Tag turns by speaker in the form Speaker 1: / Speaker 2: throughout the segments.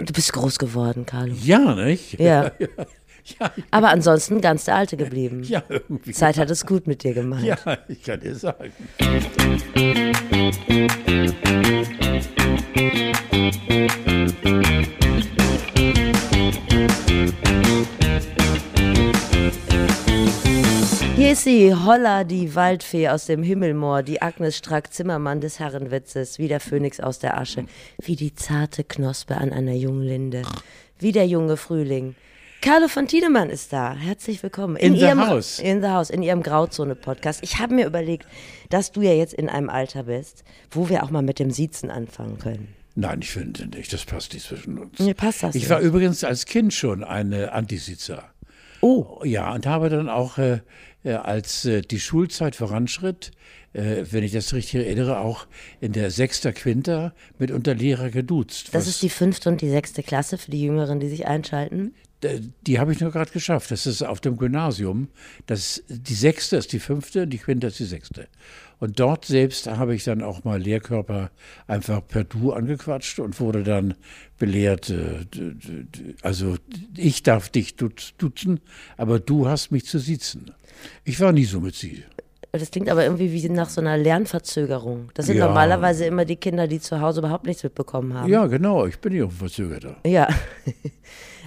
Speaker 1: Du bist groß geworden, Carlo.
Speaker 2: Ja, nicht?
Speaker 1: Ja.
Speaker 2: Ja,
Speaker 1: Aber ansonsten ganz der Alte geblieben.
Speaker 2: ja irgendwie.
Speaker 1: Zeit hat es gut mit dir gemacht.
Speaker 2: Ja, ich kann dir sagen.
Speaker 1: Hier ist sie, Holla, die Waldfee aus dem Himmelmoor, die Agnes Strack-Zimmermann des Herrenwitzes, wie der Phönix aus der Asche, wie die zarte Knospe an einer jungen Linde, wie der junge Frühling. Carlo von Tiedemann ist da. Herzlich willkommen.
Speaker 2: In the
Speaker 1: ihrem,
Speaker 2: house.
Speaker 1: In the House, in ihrem Grauzone-Podcast. Ich habe mir überlegt, dass du ja jetzt in einem Alter bist, wo wir auch mal mit dem Siezen anfangen können.
Speaker 2: Nein, ich finde nicht, das passt nicht zwischen uns.
Speaker 1: Mir passt das
Speaker 2: Ich
Speaker 1: nicht.
Speaker 2: war übrigens als Kind schon eine Antisitzer.
Speaker 1: Oh.
Speaker 2: Ja, und habe dann auch, äh, äh, als äh, die Schulzeit voranschritt, äh, wenn ich das richtig erinnere, auch in der Sechster Quinter mit Unterlehrer geduzt.
Speaker 1: Das ist die fünfte und die sechste Klasse für die Jüngeren, die sich einschalten.
Speaker 2: D- Äh, die habe ich nur gerade geschafft. Das ist auf dem Gymnasium. Das, die sechste ist die fünfte und die Quinte ist die sechste. Und dort selbst habe ich dann auch mal Lehrkörper einfach per Du angequatscht und wurde dann belehrt, äh, d- d- d- also ich darf dich duz- duzen, aber du hast mich zu siezen. Ich war nie so mit sie.
Speaker 1: Das klingt aber irgendwie wie nach so einer Lernverzögerung. Das sind
Speaker 2: Ja.
Speaker 1: normalerweise immer die Kinder, die zu Hause überhaupt nichts mitbekommen haben.
Speaker 2: Ja, genau, ich bin hier ein Verzögerter.
Speaker 1: Ja.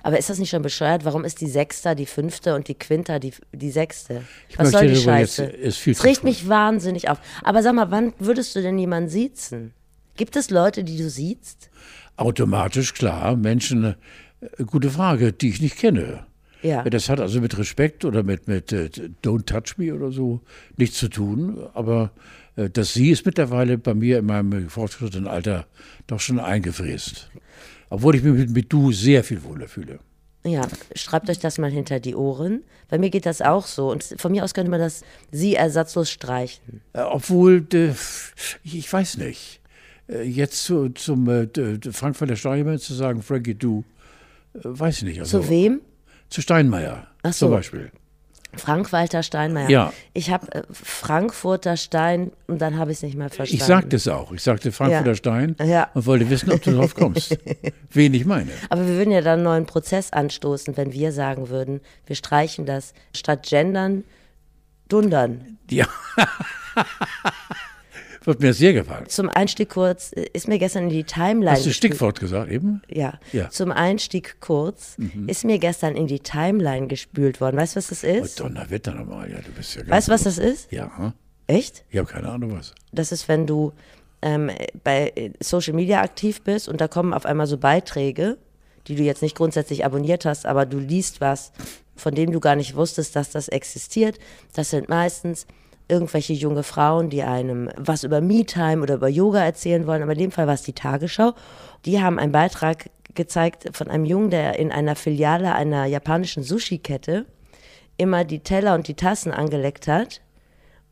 Speaker 1: Aber ist das nicht schon bescheuert? Warum ist die Sechster die Fünfte und die Quinta die, die Sechste? Was
Speaker 2: möchte
Speaker 1: soll die
Speaker 2: darüber jetzt-
Speaker 1: Scheiße?
Speaker 2: ist viel
Speaker 1: es
Speaker 2: zu
Speaker 1: riecht
Speaker 2: früh.
Speaker 1: mich wahnsinnig auf. Aber sag mal, wann würdest du denn jemanden siezen? Gibt es Leute, die du siehst?
Speaker 2: Automatisch, klar, Menschen, äh, gute Frage, die ich nicht kenne.
Speaker 1: Ja.
Speaker 2: Das hat also mit Respekt oder mit, mit äh, Don't Touch Me oder so nichts zu tun. Aber äh, das Sie ist mittlerweile bei mir in meinem fortgeschrittenen Alter doch schon eingefräst. Obwohl ich mich mit, mit Du sehr viel wohler fühle.
Speaker 1: Ja, schreibt euch das mal hinter die Ohren. Bei mir geht das auch so. Und von mir aus könnte man das sie ersatzlos streichen.
Speaker 2: Äh, obwohl, äh, ich ich weiß nicht. Äh, jetzt zu, zum äh, d- d- Frank von der Steinmeier zu sagen, Frankie Du, äh, weiß ich nicht. Also,
Speaker 1: Zu wem?
Speaker 2: zu Steinmeier
Speaker 1: Ach
Speaker 2: zum
Speaker 1: so.
Speaker 2: Beispiel.
Speaker 1: Frank-Walter Steinmeier.
Speaker 2: Ja.
Speaker 1: Ich habe äh, Frankfurter Stein und dann habe ich es nicht mehr verstanden.
Speaker 2: Ich sagte es auch. Ich sagte Frankfurter
Speaker 1: Ja.
Speaker 2: Stein
Speaker 1: Ja.
Speaker 2: und wollte wissen, ob du drauf kommst. Wen ich meine.
Speaker 1: Aber wir würden ja dann einen neuen Prozess anstoßen, wenn wir sagen würden, wir streichen das statt gendern, dundern.
Speaker 2: Ja. Wird mir sehr gefallen.
Speaker 1: Zum Einstieg kurz, äh, ist mir gestern in die Timeline.
Speaker 2: Hast du
Speaker 1: gespült-
Speaker 2: Stichwort gesagt eben?
Speaker 1: Ja.
Speaker 2: Ja. Mhm.
Speaker 1: Zum Einstieg kurz, ist mir gestern in die Timeline gespült worden. Weißt du, was das
Speaker 2: Oh,
Speaker 1: ist?
Speaker 2: Donnerwetter nochmal. Ja, du bist ja ganz.
Speaker 1: Weißt du, was das ist?
Speaker 2: Ja, hm?
Speaker 1: Echt?
Speaker 2: ich habe keine Ahnung was.
Speaker 1: Das ist, wenn du ähm, bei äh, Social Media aktiv bist und da kommen auf einmal so Beiträge, die du jetzt nicht grundsätzlich abonniert hast, aber du liest was, von dem du gar nicht wusstest, dass das existiert. Das sind meistens irgendwelche junge Frauen, die einem was über Me-Time oder über Yoga erzählen wollen. Aber in dem Fall war es die Tagesschau. Die haben einen Beitrag gezeigt von einem Jungen, der in einer Filiale einer japanischen Sushi-Kette immer die Teller und die Tassen angeleckt hat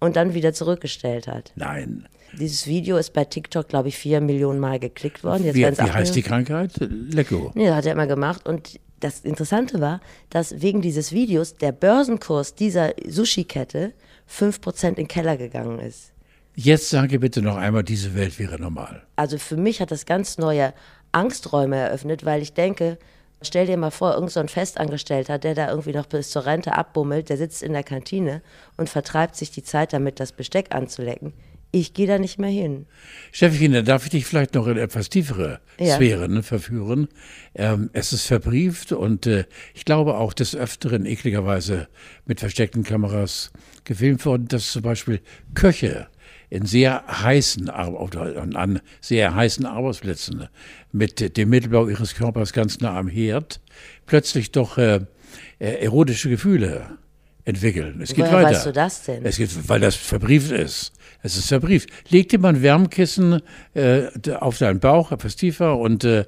Speaker 1: und dann wieder zurückgestellt hat.
Speaker 2: Nein.
Speaker 1: Dieses Video ist bei TikTok, glaube ich, vier Millionen Mal geklickt worden. Jetzt
Speaker 2: Wie, wie
Speaker 1: werden's acht
Speaker 2: heißt die
Speaker 1: Millionen.
Speaker 2: Krankheit? Lecko.
Speaker 1: Nee, das hat er immer gemacht. Und das Interessante war, dass wegen dieses Videos der Börsenkurs dieser Sushi-Kette 5% in den Keller gegangen ist.
Speaker 2: Jetzt sage bitte noch einmal, diese Welt wäre normal.
Speaker 1: Also für mich hat das ganz neue Angsträume eröffnet, weil ich denke, stell dir mal vor, irgend so ein Festangestellter, der da irgendwie noch bis zur Rente abbummelt, der sitzt in der Kantine und vertreibt sich die Zeit damit, das Besteck anzulecken. Ich gehe da nicht mehr hin.
Speaker 2: Steffi, da darf ich dich vielleicht noch in etwas tiefere
Speaker 1: Ja.
Speaker 2: Sphären verführen. Ähm, es ist verbrieft und äh, ich glaube auch des Öfteren ekligerweise mit versteckten Kameras gefilmt worden, dass zum Beispiel Köche in sehr heißen Ar- oder an- an sehr heißen Arbeitsplätzen mit äh, dem Mittelbau ihres Körpers ganz nah am Herd plötzlich doch äh, äh, erotische Gefühle entwickeln. Es geht
Speaker 1: Woher
Speaker 2: weiter.
Speaker 1: weißt du das denn?
Speaker 2: Es geht, weil das verbrieft ist. Es ist verbrieft. Leg dir mal ein Wärmkissen äh, d- auf deinen Bauch, etwas tiefer und äh,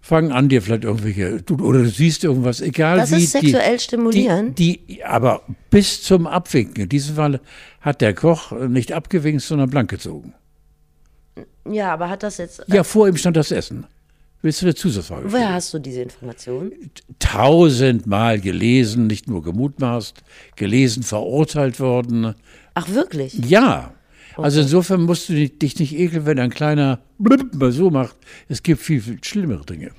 Speaker 2: fang an, dir vielleicht irgendwelche, du, oder du siehst irgendwas, egal
Speaker 1: Das
Speaker 2: wie.
Speaker 1: ist sexuell stimulierend.
Speaker 2: Die, die, aber bis zum Abwinken. In diesem Fall hat der Koch nicht abgewinkt, sondern blank gezogen.
Speaker 1: Ja, aber hat das jetzt.
Speaker 2: Ja, vor ihm stand das Essen. Willst du eine Zusatzfrage?
Speaker 1: Woher hast du diese Information?
Speaker 2: Tausendmal gelesen, nicht nur gemutmaßt, gelesen, verurteilt worden.
Speaker 1: Ach, wirklich?
Speaker 2: Ja. Also insofern musst du dich dich nicht ekeln, wenn ein kleiner Blub mal so macht. Es gibt viel, viel schlimmere Dinge.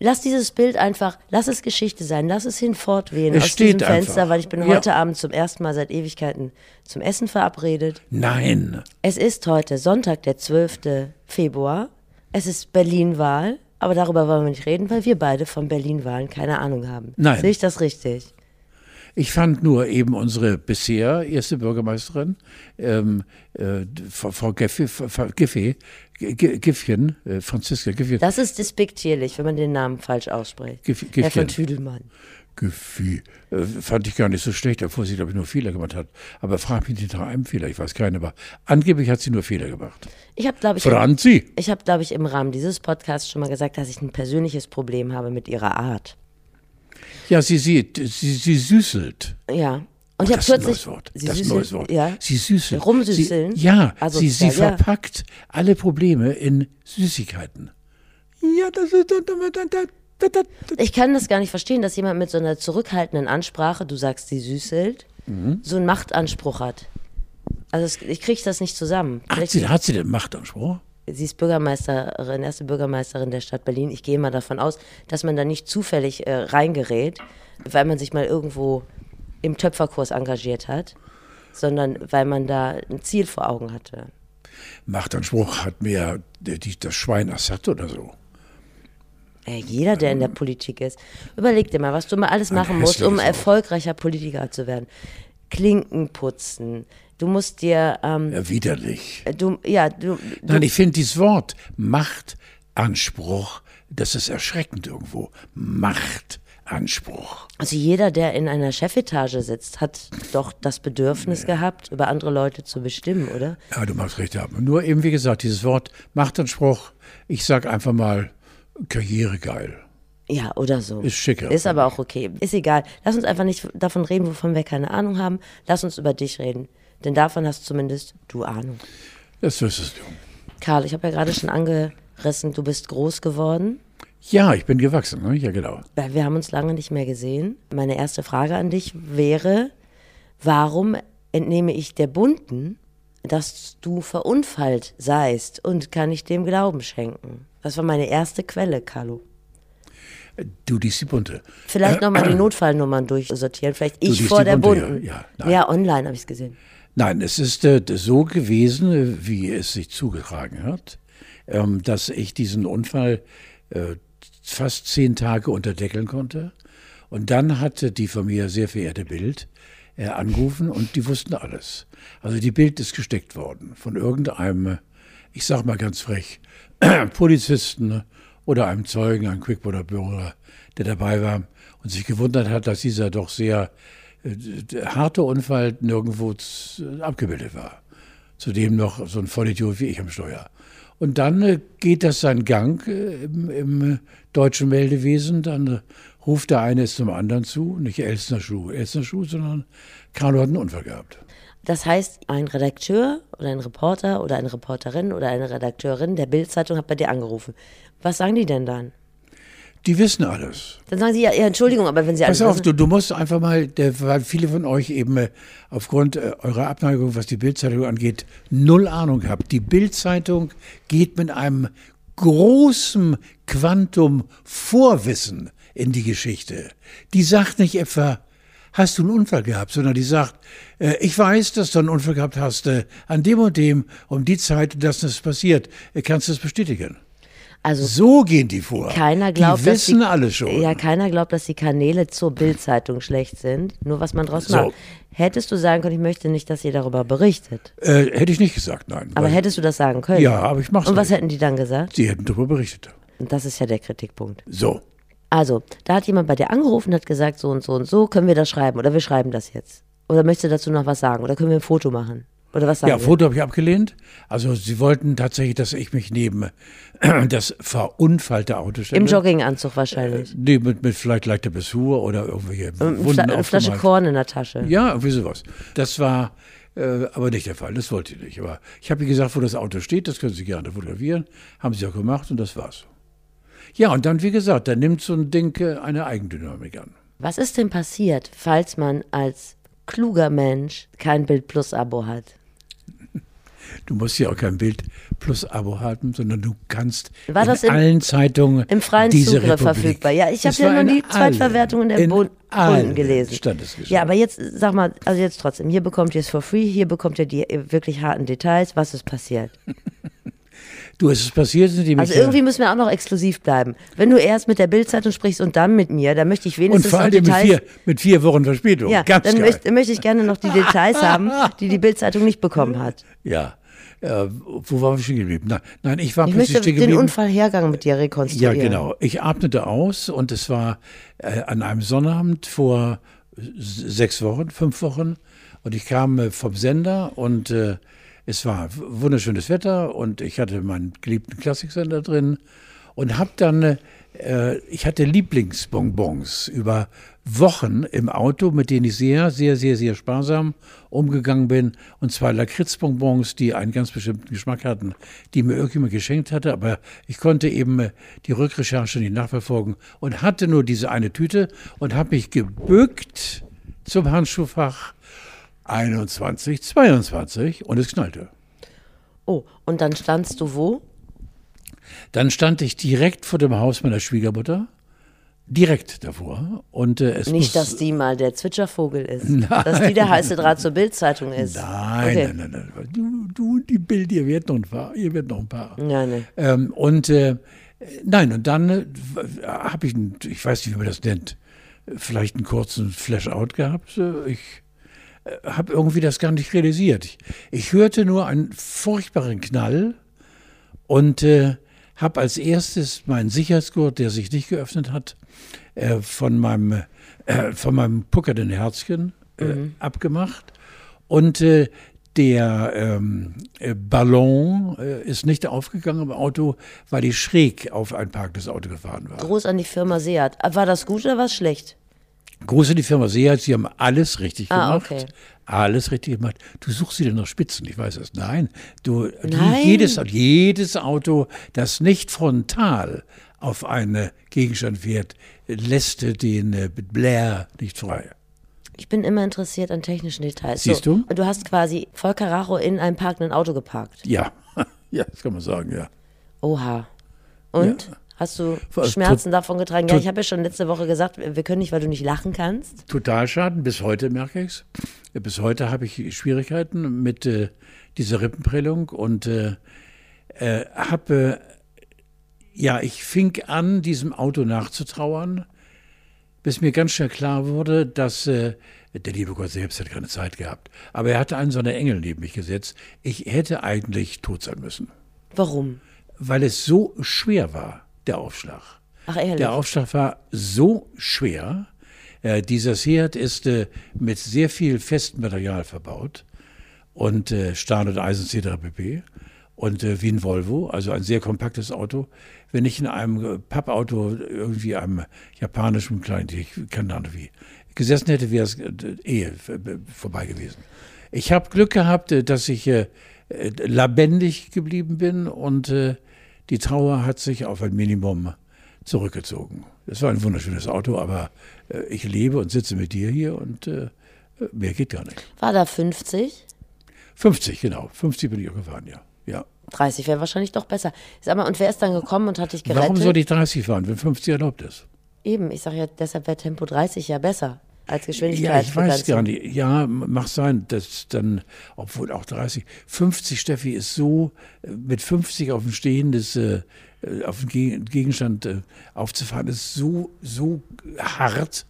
Speaker 1: lass dieses Bild einfach, lass es Geschichte sein, lass es hinfortwehen
Speaker 2: Es
Speaker 1: aus
Speaker 2: steht
Speaker 1: diesem Fenster,
Speaker 2: einfach.
Speaker 1: weil ich bin
Speaker 2: Ja.
Speaker 1: heute Abend zum ersten Mal seit Ewigkeiten zum Essen verabredet.
Speaker 2: Nein.
Speaker 1: Es ist heute Sonntag, der 12. Februar. Es ist Berlin-Wahl, aber darüber wollen wir nicht reden, weil wir beide von Berlin-Wahlen keine Ahnung haben.
Speaker 2: Nein.
Speaker 1: Sehe ich das richtig?
Speaker 2: Ich fand nur eben unsere bisher erste Bürgermeisterin, ähm, äh, Frau, Frau Giffey, Frau Giffey, G- Giffchen, äh, Franziska Giffchen,
Speaker 1: Das ist despektierlich, wenn man den Namen falsch ausspricht.
Speaker 2: Gif-
Speaker 1: Herr von
Speaker 2: Giffchen.
Speaker 1: Tüdelmann.
Speaker 2: Giffey, äh, fand ich gar nicht so schlecht, obwohl sie, glaube ich, nur Fehler gemacht hat. Aber frag mich nicht nach einem Fehler, ich weiß keinen, aber angeblich hat sie nur Fehler gemacht.
Speaker 1: Ich habe, glaube ich,
Speaker 2: Franzi!
Speaker 1: ich habe, glaube ich, im Rahmen dieses Podcasts schon mal gesagt, dass ich ein persönliches Problem habe mit ihrer Art.
Speaker 2: Ja, sie sieht, sie, sie süßelt.
Speaker 1: Ja. Und ich habe
Speaker 2: das ist ein
Speaker 1: kürzlich.
Speaker 2: neues Wort.
Speaker 1: Sie
Speaker 2: das ist ein
Speaker 1: süßelt-
Speaker 2: neues Wort.
Speaker 1: Ja.
Speaker 2: Sie süßelt.
Speaker 1: Rumsüßeln?
Speaker 2: Sie, ja,
Speaker 1: Also,
Speaker 2: sie, sie
Speaker 1: ja, ja.
Speaker 2: verpackt alle Probleme in Süßigkeiten. Ja, das ist.
Speaker 1: Ich kann das gar nicht verstehen, dass jemand mit so einer zurückhaltenden Ansprache, du sagst, sie süßelt,
Speaker 2: Mhm.
Speaker 1: so einen Machtanspruch hat. Also es, ich kriege das nicht zusammen.
Speaker 2: Hat
Speaker 1: Vielleicht-
Speaker 2: sie, hat sie den Machtanspruch?
Speaker 1: sie ist Bürgermeisterin, erste Bürgermeisterin der Stadt Berlin. Ich gehe mal davon aus, dass man da nicht zufällig äh, reingerät, weil man sich mal irgendwo im Töpferkurs engagiert hat, sondern weil man da ein Ziel vor Augen hatte.
Speaker 2: Machtanspruch hat mehr der, die, das Schwein Assad oder so.
Speaker 1: Äh, jeder, der in der Politik ist. Überleg dir mal, was du mal alles machen musst, um
Speaker 2: Mhm. hässliches Wort.
Speaker 1: erfolgreicher Politiker zu werden. Klinken putzen. Du musst dir, ähm,
Speaker 2: Ja, widerlich.
Speaker 1: du, ja, du, du
Speaker 2: Nein, ich finde dieses Wort Machtanspruch, das ist erschreckend irgendwo. Machtanspruch.
Speaker 1: Also jeder, der in einer Chefetage sitzt, hat doch das Bedürfnis gehabt, über andere Leute zu bestimmen, oder?
Speaker 2: Ja, du magst recht haben. Nur eben, wie gesagt, dieses Wort Machtanspruch, ich sag einfach mal karrieregeil.
Speaker 1: Ja, oder so.
Speaker 2: Ist schicker.
Speaker 1: Ist aber auch okay. Ist egal. Lass uns einfach nicht davon reden, wovon wir keine Ahnung haben. Lass uns über dich reden. Denn davon hast zumindest du Ahnung.
Speaker 2: Das wüsstest du.
Speaker 1: Karl, ich habe ja gerade schon angerissen, du bist groß geworden.
Speaker 2: Ja, ich bin gewachsen, ne? Ja, genau.
Speaker 1: Weil wir haben uns lange nicht mehr gesehen. Meine erste Frage an dich wäre, warum entnehme ich der Bunten, dass du verunfallt seist und kann ich dem Glauben schenken? Das war meine erste Quelle, Carlo.
Speaker 2: Du, die ist die bunte.
Speaker 1: Vielleicht nochmal die Notfallnummern durchsortieren. Vielleicht ich
Speaker 2: liest
Speaker 1: vor
Speaker 2: Äh, die
Speaker 1: der
Speaker 2: Bunte,
Speaker 1: Bunten.
Speaker 2: ja. Ja,
Speaker 1: Ja,
Speaker 2: nein.
Speaker 1: online habe ich es gesehen.
Speaker 2: Nein, es ist äh, so gewesen, äh, wie es sich zugetragen hat, ähm, dass ich diesen Unfall äh, fast zehn Tage unterdeckeln konnte. Und dann hatte die von mir sehr verehrte Bild äh, angerufen und die wussten alles. Also die Bild ist gesteckt worden von irgendeinem, äh, ich sag mal ganz frech, Polizisten oder einem Zeugen, einem Quickborder Bürger, der dabei war und sich gewundert hat, dass dieser doch sehr der harte Unfall nirgendwo z- äh, abgebildet war. Zudem noch so ein Vollidiot wie ich am Steuer. Und dann äh, geht das seinen Gang äh, im, im äh, deutschen Meldewesen. Dann äh, ruft der eine es zum anderen zu, nicht Elsner Schuh, Elsner Schuh, sondern Carlo hat einen Unfall gehabt.
Speaker 1: Das heißt, ein Redakteur oder ein Reporter oder eine Reporterin oder eine Redakteurin der Bildzeitung hat bei dir angerufen. Was sagen die denn dann?
Speaker 2: Die wissen alles.
Speaker 1: Dann sagen sie ja, ja Entschuldigung, aber wenn sie alles
Speaker 2: Pass auf,
Speaker 1: wissen-
Speaker 2: du, du musst einfach mal, der, weil viele von euch eben äh, aufgrund äh, eurer Abneigung, was die Bildzeitung angeht, null Ahnung habt. Die Bildzeitung geht mit einem großen Quantum Vorwissen in die Geschichte. Die sagt nicht etwa, hast du einen Unfall gehabt, sondern die sagt, äh, ich weiß, dass du einen Unfall gehabt hast, äh, an dem und dem, um die Zeit, dass das passiert. Äh, kannst du das bestätigen?
Speaker 1: also
Speaker 2: So gehen die vor.
Speaker 1: Keiner glaubt,
Speaker 2: die wissen
Speaker 1: dass die,
Speaker 2: alle schon.
Speaker 1: Ja, keiner glaubt, dass die Kanäle zur Bildzeitung schlecht sind. Nur was man draus
Speaker 2: So.
Speaker 1: macht. Hättest du sagen können, ich möchte nicht, dass ihr darüber berichtet.
Speaker 2: Äh, hätte ich nicht gesagt, nein.
Speaker 1: Aber
Speaker 2: weil-
Speaker 1: hättest du das sagen können?
Speaker 2: Ja, aber ich mach's
Speaker 1: Und was
Speaker 2: nicht.
Speaker 1: hätten die dann gesagt?
Speaker 2: Sie hätten darüber berichtet.
Speaker 1: Und das ist ja der Kritikpunkt.
Speaker 2: So.
Speaker 1: Also, da hat jemand bei dir angerufen und hat gesagt, so und so und so können wir das schreiben oder wir schreiben das jetzt. Oder möchtest du dazu noch was sagen? Oder können wir ein Foto machen? Oder was sagen
Speaker 2: Ja,
Speaker 1: wir?
Speaker 2: Foto habe ich abgelehnt. Also sie wollten tatsächlich, dass ich mich neben das verunfallte Auto stelle.
Speaker 1: Im Jogginganzug wahrscheinlich.
Speaker 2: Nee, mit, mit vielleicht leichter Blessur oder irgendwelche
Speaker 1: Eine
Speaker 2: Wunden
Speaker 1: Fla eine Flasche
Speaker 2: aufgemalt.
Speaker 1: Korn in der Tasche.
Speaker 2: Ja, irgendwie sowas. Das war äh, aber nicht der Fall. Das wollte ich nicht. Aber ich habe ihr gesagt, wo das Auto steht, das können Sie gerne fotografieren. Haben sie auch gemacht und das war's. Ja, und dann, wie gesagt, dann nimmt so ein Ding äh, eine Eigendynamik an.
Speaker 1: Was ist denn passiert, falls man als kluger Mensch kein Bild Plus Abo hat?
Speaker 2: Du musst ja auch kein Bild plus Abo haben, sondern du kannst
Speaker 1: War das
Speaker 2: in,
Speaker 1: im-
Speaker 2: allen Zeitungen
Speaker 1: Im freien
Speaker 2: diese
Speaker 1: Zugriff
Speaker 2: Republik.
Speaker 1: verfügbar. Ja, ich habe
Speaker 2: Das war
Speaker 1: ja nur
Speaker 2: in
Speaker 1: die Zweitverwertung in der
Speaker 2: allen-
Speaker 1: Bund
Speaker 2: allen
Speaker 1: Bunden gelesen.
Speaker 2: Stand es geschrieben.
Speaker 1: Ja, aber jetzt sag mal, also jetzt trotzdem, hier bekommt ihr es for free, hier bekommt ihr die äh, wirklich harten Details, was ist passiert.
Speaker 2: Du, es ist passiert, indem
Speaker 1: Also
Speaker 2: ich...
Speaker 1: irgendwie müssen wir auch noch exklusiv bleiben. Wenn du erst mit der Bildzeitung sprichst und dann mit mir, dann möchte ich
Speaker 2: und
Speaker 1: wenigstens
Speaker 2: vor
Speaker 1: noch
Speaker 2: allem mit
Speaker 1: Details.
Speaker 2: vier, mit vier Wochen Verspätung.
Speaker 1: ja,
Speaker 2: Ganz
Speaker 1: dann
Speaker 2: geil.
Speaker 1: möchte, möchte ich gerne noch die Details haben, die die Bildzeitung nicht bekommen hat.
Speaker 2: Ja. Äh, wo waren wir stehen geblieben? Nein, nein ich war
Speaker 1: Ich
Speaker 2: plötzlich
Speaker 1: möchte
Speaker 2: stehen
Speaker 1: den
Speaker 2: geblieben.
Speaker 1: Unfallhergang mit dir
Speaker 2: Ja,
Speaker 1: rekonstruieren.
Speaker 2: genau. Ich atmete aus und es war äh, an einem Sonnabend vor s- sechs Wochen, fünf Wochen. Und ich kam äh, vom Sender und äh, es war w- wunderschönes Wetter und ich hatte meinen geliebten Klassiksender drin und habe dann, äh, äh, ich hatte Lieblingsbonbons über Wochen im Auto, mit denen ich sehr, sehr, sehr, sehr sparsam umgegangen bin. Und zwar Lakritzbonbons, die einen ganz bestimmten Geschmack hatten, die mir irgendjemand geschenkt hatte. Aber ich konnte eben äh, die Rückrecherche nicht nachverfolgen und hatte nur diese eine Tüte und habe mich gebückt zum Handschuhfach 21, 22 und es knallte.
Speaker 1: Oh, und dann standst du wo?
Speaker 2: Dann stand ich direkt vor dem Haus meiner Schwiegermutter, direkt davor. Und äh, es muss,
Speaker 1: Nicht, dass die mal der Zwitschervogel ist. Dass die der heiße Draht zur Bildzeitung ist.
Speaker 2: Nein,
Speaker 1: Okay.
Speaker 2: nein, nein, nein. Du, du die Bild, ihr werdet noch ein paar. Ihr werdet noch ein paar.
Speaker 1: Nein, nein.
Speaker 2: Ähm, und äh, nein, und dann äh, habe ich, einen- ich weiß nicht, wie man das nennt, vielleicht einen kurzen Flash-out gehabt. Äh, Ich äh, habe irgendwie das gar nicht realisiert. Ich, ich hörte nur einen furchtbaren Knall und äh, habe als erstes meinen Sicherheitsgurt, der sich nicht geöffnet hat, äh, von meinem, äh, von meinem puckernden Herzchen äh, abgemacht. Und äh, der ähm, äh, Ballon äh, ist nicht aufgegangen im Auto, weil ich schräg auf ein parkendes Auto gefahren war.
Speaker 1: Groß an die Firma Seat. War das gut oder war es schlecht?
Speaker 2: Gruß an die Firma Seat, Sie haben alles richtig
Speaker 1: Ah,
Speaker 2: gemacht.
Speaker 1: okay.
Speaker 2: Alles richtig gemacht. Du suchst sie denn nach Spitzen, ich weiß es. Nein, du
Speaker 1: Nein.
Speaker 2: jedes jedes Auto, das nicht frontal auf einen Gegenstand fährt, lässt den äh, Blair nicht frei.
Speaker 1: Ich bin immer interessiert an technischen Details.
Speaker 2: Siehst du?
Speaker 1: Du hast quasi voll Karacho in einem parkenden Auto geparkt.
Speaker 2: Ja, ja, das kann man sagen, ja.
Speaker 1: Oha. Und? Hast du
Speaker 2: Vor-
Speaker 1: Schmerzen davon getragen? Ja,
Speaker 2: tot-
Speaker 1: ich habe ja schon letzte Woche gesagt, wir können nicht, weil du nicht lachen kannst.
Speaker 2: Totalschaden, bis heute merke ich es. Bis heute habe ich Schwierigkeiten mit äh, dieser Rippenprellung und äh, äh, habe, äh, ja, ich fing an, diesem Auto nachzutrauern, bis mir ganz schnell klar wurde, dass äh, der liebe Gott selbst hat keine Zeit gehabt. Aber er hatte einen so einen Engel neben mich gesetzt. Ich hätte eigentlich tot sein müssen,
Speaker 1: Warum?
Speaker 2: weil es so schwer war, der Aufschlag.
Speaker 1: Ach ehrlich.
Speaker 2: Der Aufschlag war so schwer. Äh, dieser Seat ist äh, mit sehr viel festem Material verbaut und äh, Stahl und Eisen etc. pp. Und äh, wie ein Volvo, also ein sehr kompaktes Auto. Wenn ich in einem äh, Pappauto irgendwie einem japanischen kleinen, ich keine Ahnung wie, gesessen hätte, wäre es äh, eh v- b- vorbei gewesen. Ich habe Glück gehabt, äh, dass ich äh, äh, lebendig geblieben bin und äh, die Trauer hat sich auf ein Minimum zurückgezogen. Es war ein wunderschönes Auto, aber äh, ich lebe und sitze mit dir hier und äh, mehr geht gar nicht.
Speaker 1: War da 50?
Speaker 2: 50, genau. 50 bin ich auch gefahren, ja. ja.
Speaker 1: 30 wäre wahrscheinlich doch besser. Sag mal, und wer ist dann gekommen und hat dich gerettet?
Speaker 2: Warum soll ich 30 fahren, wenn 50 erlaubt ist?
Speaker 1: Eben, ich sage ja, deshalb wäre Tempo 30 ja besser als
Speaker 2: Ja, ich weiß
Speaker 1: Geschwindigkeitsbegrenzung.
Speaker 2: gar nicht. Ja, m- mag sein, dass dann, obwohl auch 30, 50, Steffi, ist so, äh, mit 50 auf dem Stehendes, äh, äh, auf den Ge- Gegenstand äh, aufzufahren, ist so, so hart.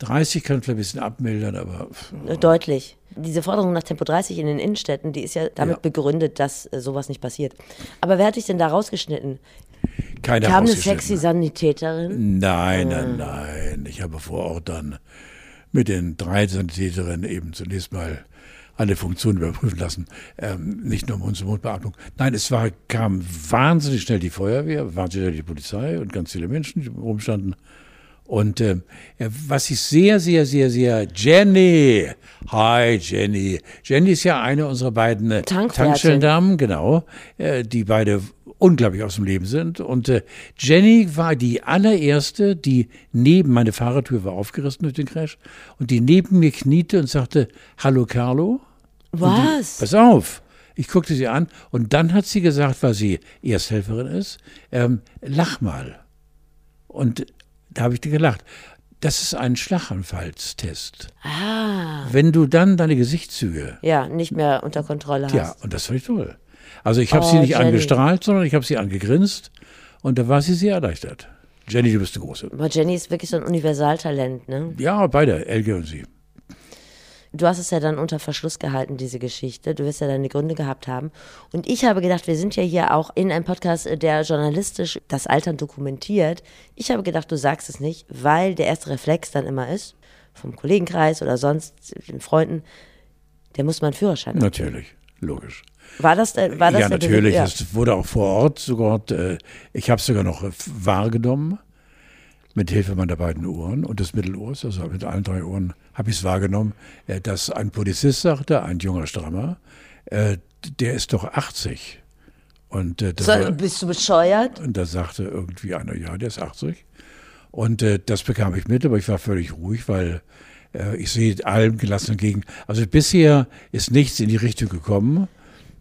Speaker 2: 30 kann vielleicht ein bisschen abmildern, aber pff,
Speaker 1: Äh, Deutlich. Diese Forderung nach Tempo 30 in den Innenstädten, die ist ja damit
Speaker 2: Ja.
Speaker 1: begründet, dass äh, sowas nicht passiert. Aber wer hat dich denn da rausgeschnitten?
Speaker 2: keine
Speaker 1: Kam eine
Speaker 2: rausgeschnitten.
Speaker 1: sexy Sanitäterin?
Speaker 2: Nein, nein, nein. Ich habe vor Ort dann mit den drei Sanitäterinnen eben zunächst mal alle Funktionen überprüfen lassen. Ähm, nicht nur Mund-zu-Mund-Beatmung. Nein, es war, kam wahnsinnig schnell die Feuerwehr, wahnsinnig schnell die Polizei und ganz viele Menschen, die rumstanden. Und ähm, ja, was ich sehr, sehr, sehr, sehr Jenny, hi Jenny. Jenny ist ja eine unserer beiden äh,
Speaker 1: Tankpferdchen.
Speaker 2: Tankstellendamen, genau, äh, die beide unglaublich aus dem Leben sind. Und äh, Jenny war die allererste, die neben meine Fahrertür war aufgerissen durch den Crash und die neben mir kniete und sagte: Hallo Carlo.
Speaker 1: Was?
Speaker 2: Pass auf, Ich guckte sie an und dann hat sie gesagt, weil sie Ersthelferin ist, ähm, lach mal. Und da habe ich dir gelacht. Das ist ein Schlaganfallstest.
Speaker 1: Ah.
Speaker 2: Wenn du dann deine Gesichtszüge,
Speaker 1: Ja, nicht mehr unter Kontrolle hast.
Speaker 2: ja, und das fand ich toll. Also ich habe
Speaker 1: Oh,
Speaker 2: sie nicht
Speaker 1: Jenny.
Speaker 2: angestrahlt, sondern ich habe sie angegrinst und da war sie sehr erleichtert. Jenny, du bist eine große.
Speaker 1: Aber Jenny ist wirklich so ein Universaltalent, ne?
Speaker 2: Ja, beide, Elke und sie.
Speaker 1: Du hast es ja dann unter Verschluss gehalten, diese Geschichte. Du wirst ja deine Gründe gehabt haben. Und ich habe gedacht, wir sind ja hier auch in einem Podcast, äh, der journalistisch das Altern dokumentiert. Ich habe gedacht, du sagst es nicht, weil der erste Reflex dann immer ist, vom Kollegenkreis oder sonst den Freunden, der muss mal einen Führerschein haben.
Speaker 2: Natürlich, logisch.
Speaker 1: War das, der- war das
Speaker 2: ja,
Speaker 1: der Beweg-
Speaker 2: natürlich.
Speaker 1: Ja.
Speaker 2: Es wurde auch vor Ort sogar, äh, ich habe es sogar noch äh, wahrgenommen, mit Hilfe meiner beiden Ohren und des Mittelohrs, also mit allen drei Ohren, habe ich es wahrgenommen, äh, dass ein Polizist sagte, ein junger Strammer, äh, der ist doch 80. Und, äh, das
Speaker 1: Soll,
Speaker 2: war-
Speaker 1: bist du bescheuert?
Speaker 2: und da sagte irgendwie einer, ja, der ist 80. Und äh, das bekam ich mit, aber ich war völlig ruhig, weil äh, ich sehe allem gelassen entgegen. Also bisher ist nichts in die Richtung gekommen.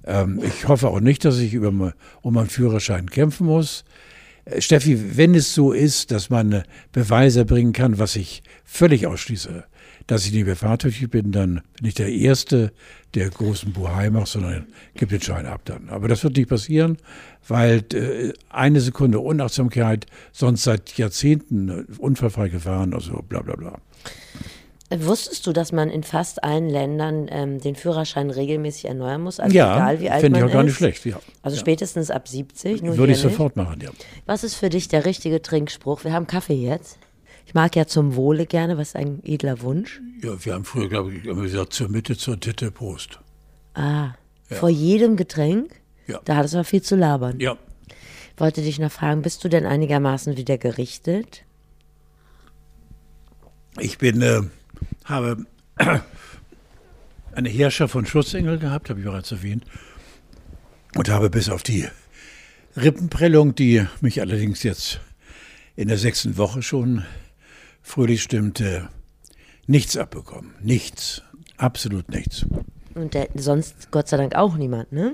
Speaker 2: Ähm, ich hoffe auch nicht, dass ich über, me- um meinen Führerschein kämpfen muss. Äh, Steffi, wenn es so ist, dass man äh, Beweise bringen kann, was ich völlig ausschließe, dass ich nicht mehr fahrtüchtig bin, dann bin ich der Erste, der großen Buhai macht, sondern gibt den Schein ab dann. Aber das wird nicht passieren, weil äh, eine Sekunde Unachtsamkeit sonst seit Jahrzehnten äh, unfallfrei gefahren, also bla bla bla.
Speaker 1: Wusstest du, dass man in fast allen Ländern ähm, den Führerschein regelmäßig erneuern muss? Also
Speaker 2: ja,
Speaker 1: egal wie alt
Speaker 2: finde ich
Speaker 1: man
Speaker 2: auch gar
Speaker 1: ist.
Speaker 2: nicht schlecht. Ja.
Speaker 1: Also spätestens ab 70. Nur
Speaker 2: Würde
Speaker 1: hier
Speaker 2: ich
Speaker 1: nicht.
Speaker 2: sofort machen, ja.
Speaker 1: Was ist für dich der richtige Trinkspruch? Wir haben Kaffee jetzt. Ich mag ja zum Wohle gerne, was ein edler Wunsch.
Speaker 2: ja. Wir haben früher, glaube ich, gesagt, zur Mitte, zur Titte, Prost.
Speaker 1: Ah, vor jedem Getränk?
Speaker 2: Ja.
Speaker 1: Da hattest du mal viel zu labern.
Speaker 2: Ja,
Speaker 1: Wollte dich noch fragen, bist du denn einigermaßen wieder gerichtet?
Speaker 2: Ich bin, äh, habe eine Herrschaft von Schutzengel gehabt, habe ich bereits erwähnt, und habe bis auf die Rippenprellung, die mich allerdings jetzt in der sechsten Woche schon fröhlich stimmte, nichts abbekommen. Nichts. Absolut nichts.
Speaker 1: Und der, sonst Gott sei Dank auch niemand, ne?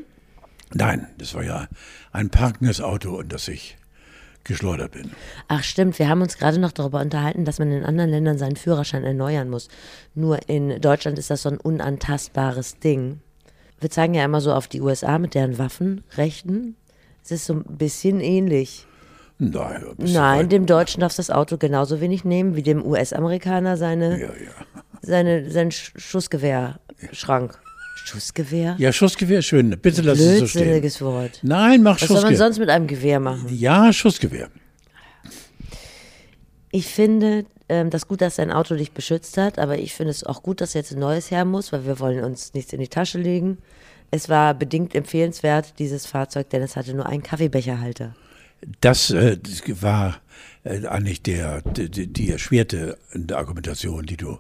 Speaker 2: Nein, das war ja ein parkendes Auto, in das ich geschleudert bin.
Speaker 1: Ach stimmt, wir haben uns gerade noch darüber unterhalten, dass man in anderen Ländern seinen Führerschein erneuern muss. Nur in Deutschland ist das so ein unantastbares Ding. Wir zeigen ja immer so auf die USA mit deren Waffenrechten. Es ist so ein bisschen ähnlich.
Speaker 2: Nein,
Speaker 1: Nein, dem Deutschen darfst du das Auto genauso wenig nehmen wie dem US-Amerikaner seine,
Speaker 2: Ja, ja.
Speaker 1: seine, seinen Sch- Schussgewehrschrank. Schussgewehr?
Speaker 2: ja, Schussgewehr, schön. Bitte lass es so stehen.
Speaker 1: Blödsinniges Wort.
Speaker 2: Nein, mach
Speaker 1: Was soll man
Speaker 2: Schussgewehr.
Speaker 1: sonst mit einem Gewehr machen?
Speaker 2: Ja, Schussgewehr.
Speaker 1: Ich finde ähm, das gut, dass dein Auto dich beschützt hat, aber ich finde es auch gut, dass jetzt ein neues her muss, weil wir wollen uns nichts in die Tasche legen. Es war bedingt empfehlenswert, dieses Fahrzeug, denn es hatte nur einen Kaffeebecherhalter.
Speaker 2: Das, äh, das war äh, eigentlich der, die, die erschwerte Argumentation, die du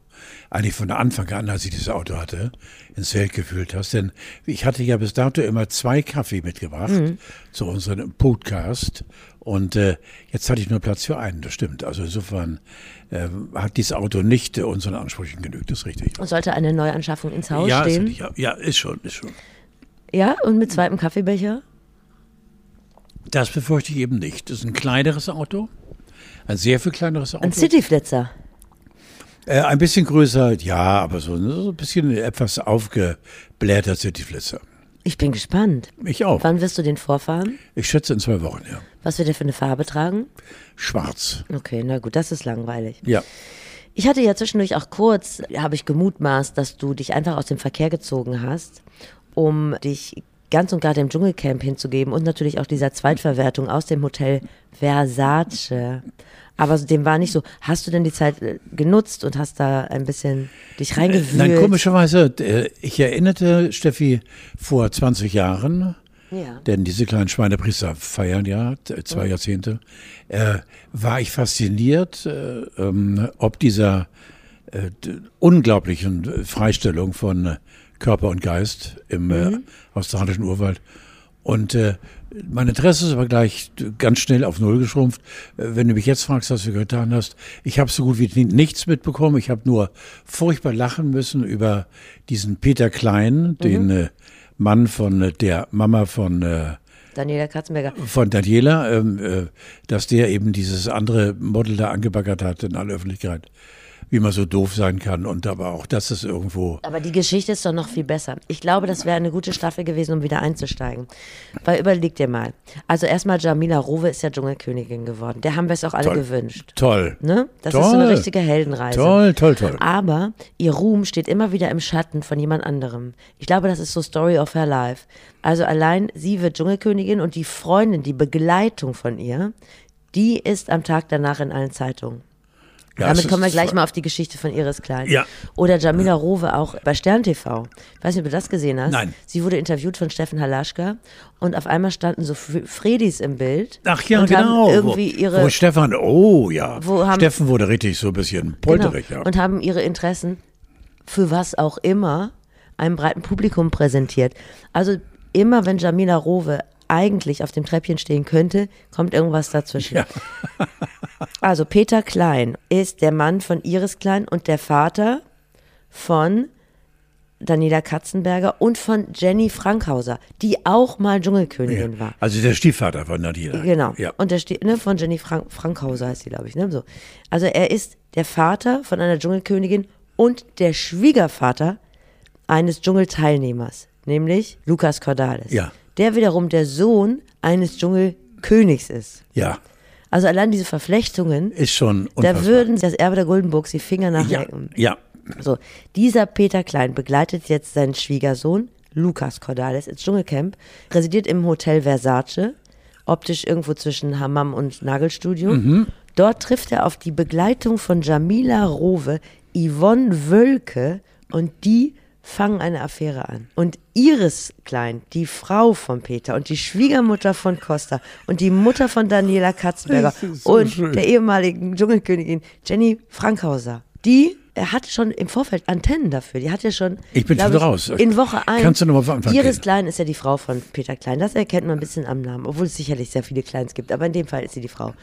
Speaker 2: eigentlich von Anfang an, als ich dieses Auto hatte, ins Feld gefühlt hast. Denn ich hatte ja bis dato immer zwei Kaffee mitgebracht zu unserem Podcast. Und äh, jetzt hatte ich nur Platz für einen, das stimmt. Also insofern äh, hat dieses Auto nicht äh, unseren Ansprüchen genügt, das ist richtig.
Speaker 1: Und sollte eine Neuanschaffung ins Haus
Speaker 2: Ja,
Speaker 1: stehen.
Speaker 2: ist, ja, ja, ist schon, ist schon.
Speaker 1: Ja, und mit zweitem Kaffeebecher?
Speaker 2: Das befürchte ich eben nicht. Das ist ein kleineres Auto, ein sehr viel kleineres Auto.
Speaker 1: Ein Cityflitzer.
Speaker 2: Äh, ein bisschen größer, ja, aber so, ne, so ein bisschen etwas aufgeblähter sind die Flitzer.
Speaker 1: Ich bin gespannt.
Speaker 2: Ich auch.
Speaker 1: Wann wirst du den vorfahren?
Speaker 2: Ich schätze in zwei Wochen, ja.
Speaker 1: Was wird er für eine Farbe tragen?
Speaker 2: Schwarz.
Speaker 1: Okay, na gut, das ist langweilig.
Speaker 2: Ja.
Speaker 1: Ich hatte ja zwischendurch auch kurz, habe ich gemutmaßt, dass du dich einfach aus dem Verkehr gezogen hast, um dich ganz und gar dem Dschungelcamp hinzugeben und natürlich auch dieser Zweitverwertung aus dem Hotel Versace. Aber dem war nicht so. Hast du denn die Zeit äh, genutzt und hast da ein bisschen dich reingewühlt?
Speaker 2: Nein, komischerweise, äh, ich erinnerte Steffi vor 20 Jahren,
Speaker 1: Ja.
Speaker 2: denn diese kleinen Schweinepriester feiern ja t- zwei Jahrzehnte, äh, war ich fasziniert, äh, ähm, ob dieser äh, d- unglaublichen äh, Freistellung von äh, Körper und Geist im äh, australischen Urwald. Und äh, mein Interesse ist aber gleich ganz schnell auf Null geschrumpft. Äh, wenn du mich jetzt fragst, was du getan hast, ich habe so gut wie ni- nichts mitbekommen. Ich habe nur furchtbar lachen müssen über diesen Peter Klein, den äh, Mann von äh, der Mama von äh,
Speaker 1: Daniela Katzenberger.
Speaker 2: von Daniela, ähm, äh, dass der eben dieses andere Model da angebaggert hat in aller Öffentlichkeit, wie man so doof sein kann und aber auch das ist irgendwo.
Speaker 1: Aber die Geschichte ist doch noch viel besser. Ich glaube, das wäre eine gute Staffel gewesen, um wieder einzusteigen. Weil überleg dir mal. Also erstmal, Jamila Rowe ist ja Dschungelkönigin geworden. Der haben wir es auch alle
Speaker 2: Toll.
Speaker 1: gewünscht.
Speaker 2: Toll.
Speaker 1: Ne? also Das ist so eine
Speaker 2: Toll.
Speaker 1: richtige Heldenreise.
Speaker 2: Toll, toll, toll.
Speaker 1: Aber ihr Ruhm steht immer wieder im Schatten von jemand anderem. Ich glaube, das ist so Story of her life. Also allein sie wird Dschungelkönigin und die Freundin, die Begleitung von ihr, die ist am Tag danach in allen Zeitungen.
Speaker 2: Ja, es
Speaker 1: Damit
Speaker 2: ist
Speaker 1: kommen wir gleich
Speaker 2: voll-
Speaker 1: mal auf die Geschichte von Iris Klein.
Speaker 2: Ja.
Speaker 1: Oder Jamila Rowe auch bei Stern TV. Ich weiß nicht, ob du das gesehen hast.
Speaker 2: Nein.
Speaker 1: Sie wurde interviewt von Steffen Halaschka und auf einmal standen so F- Fredis im Bild.
Speaker 2: Ach ja,
Speaker 1: und
Speaker 2: genau.
Speaker 1: Haben irgendwie
Speaker 2: wo,
Speaker 1: ihre
Speaker 2: wo Stefan, oh ja.
Speaker 1: Wo haben-
Speaker 2: Steffen wurde richtig so ein bisschen
Speaker 1: Genau.
Speaker 2: polterig. Ja.
Speaker 1: Und haben ihre Interessen für was auch immer einem breiten Publikum präsentiert. Also immer wenn Jamila Rowe eigentlich auf dem Treppchen stehen könnte, kommt irgendwas dazwischen.
Speaker 2: Ja.
Speaker 1: also Peter Klein ist der Mann von Iris Klein und der Vater von Daniela Katzenberger und von Jenny Frankhauser, die auch mal Dschungelkönigin war.
Speaker 2: Also der Stiefvater von Nadine.
Speaker 1: Genau.
Speaker 2: Ja.
Speaker 1: Und der steht ne, von Jenny Frank Frankhauser heißt sie, glaube ich. Ne? So. Also er ist der Vater von einer Dschungelkönigin und der Schwiegervater eines Dschungelteilnehmers, nämlich Lukas Cordalis.
Speaker 2: Ja.
Speaker 1: Der wiederum der Sohn eines Dschungelkönigs ist.
Speaker 2: ja.
Speaker 1: Also allein diese Verflechtungen,
Speaker 2: Ist schon
Speaker 1: da
Speaker 2: unfassbar.
Speaker 1: würden das Erbe der Goldenburgs die Finger
Speaker 2: ja,
Speaker 1: nachlecken.
Speaker 2: ja.
Speaker 1: So, dieser Peter Klein begleitet jetzt seinen Schwiegersohn Lukas Cordalis ins Dschungelcamp, residiert im Hotel Versace, optisch irgendwo zwischen Hammam und Nagelstudio.
Speaker 2: Mhm.
Speaker 1: Dort trifft er auf die Begleitung von Jamila Rowe, Yvonne Wölke und die fangen eine Affäre an. Und Iris Klein, die Frau von Peter und die Schwiegermutter von Costa und die Mutter von Daniela Katzenberger
Speaker 2: Das ist so
Speaker 1: und
Speaker 2: schön.
Speaker 1: der ehemaligen Dschungelkönigin Jenny Frankhauser. Die er hatte schon im Vorfeld Antennen dafür. Die hatte schon.
Speaker 2: Ich bin
Speaker 1: glaub
Speaker 2: schon raus.
Speaker 1: In Woche 1.
Speaker 2: Kannst du noch mal von Anfang
Speaker 1: Iris
Speaker 2: gehen?
Speaker 1: Klein ist ja die Frau von Peter Klein. Das erkennt man ein bisschen am Namen, obwohl es sicherlich sehr viele Kleins gibt. Aber in dem Fall ist sie die Frau.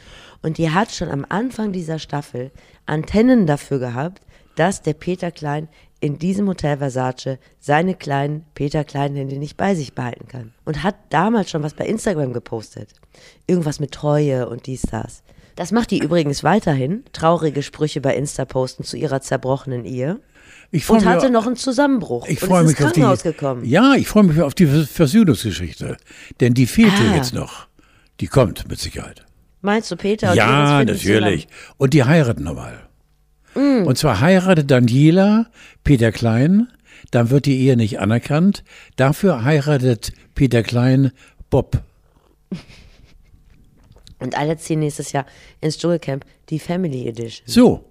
Speaker 1: Und die hat schon am Anfang dieser Staffel Antennen dafür gehabt, dass der Peter Klein in diesem Hotel Versace seine kleinen Peter Klein-Hände nicht bei sich behalten kann. Und hat damals schon was bei Instagram gepostet. Irgendwas mit Treue und dies, das. Das macht die übrigens weiterhin. Traurige Sprüche bei Insta posten zu ihrer zerbrochenen Ehe.
Speaker 2: Ich freu
Speaker 1: Und
Speaker 2: mich-
Speaker 1: hatte noch einen Zusammenbruch.
Speaker 2: Ich
Speaker 1: und
Speaker 2: freue
Speaker 1: ist
Speaker 2: mich
Speaker 1: ins
Speaker 2: auf die.
Speaker 1: Krankenhaus gekommen.
Speaker 2: Ja, ich freue mich auf die Vers- Versöhnungsgeschichte, denn die fehlt
Speaker 1: Ah.
Speaker 2: ja jetzt noch. Die kommt mit Sicherheit.
Speaker 1: Meinst du Peter? Und
Speaker 2: ja,
Speaker 1: Iris finden Mm.
Speaker 2: natürlich. Und die heiraten nochmal. Und zwar heiratet Daniela Peter Klein, dann wird die Ehe nicht anerkannt. Dafür heiratet Peter Klein Bob.
Speaker 1: zusammen. Und alle ziehen nächstes Jahr ins Dschungelcamp die Family Edition.
Speaker 2: So,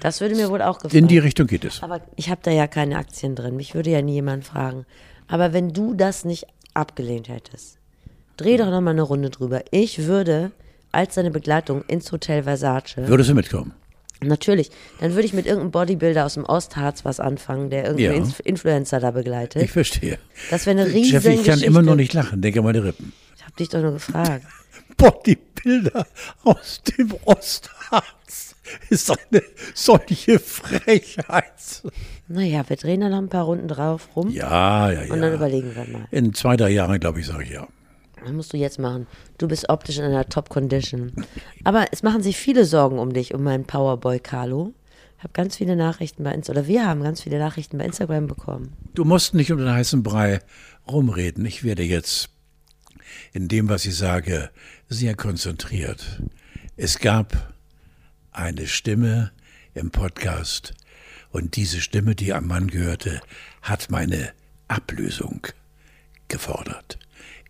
Speaker 1: Das würde mir wohl auch gefallen.
Speaker 2: in die Richtung geht es.
Speaker 1: Aber ich habe da ja keine Aktien drin. Mich würde ja nie jemand fragen. Aber wenn du das nicht abgelehnt hättest, dreh doch nochmal eine Runde drüber. Ich würde als seine Begleitung ins Hotel Versace
Speaker 2: Würdest du mitkommen?
Speaker 1: Natürlich. Dann würde ich mit irgendeinem Bodybuilder aus dem Ostharz was anfangen, der irgendeinen
Speaker 2: Ja.
Speaker 1: Inf Influencer da begleitet.
Speaker 2: Ich verstehe.
Speaker 1: das wäre Äh, eine riesen
Speaker 2: Jeff, ich kann
Speaker 1: Geschichte.
Speaker 2: immer noch nicht lachen. Denke an meine Rippen.
Speaker 1: Ich habe dich doch nur gefragt.
Speaker 2: Boah, die Bilder aus dem Ostharz ist eine solche Frechheit.
Speaker 1: Naja, wir drehen da noch ein paar Runden drauf rum
Speaker 2: Ja, ja, ja.
Speaker 1: und dann überlegen wir mal.
Speaker 2: In zwei, drei Jahren, glaube ich, sage ich ja.
Speaker 1: Das musst du jetzt machen. Du bist optisch in einer Top-Condition. Aber es machen sich viele Sorgen um dich, um meinen Powerboy Carlo. Ich habe ganz viele Nachrichten bei Instagram, oder wir haben ganz viele Nachrichten bei Instagram bekommen.
Speaker 2: Du musst nicht um den heißen Brei rumreden. Ich werde jetzt in dem, was ich sage, sehr konzentriert. Es gab eine Stimme im Podcast und diese Stimme, die am Mann gehörte, hat meine Ablösung gefordert.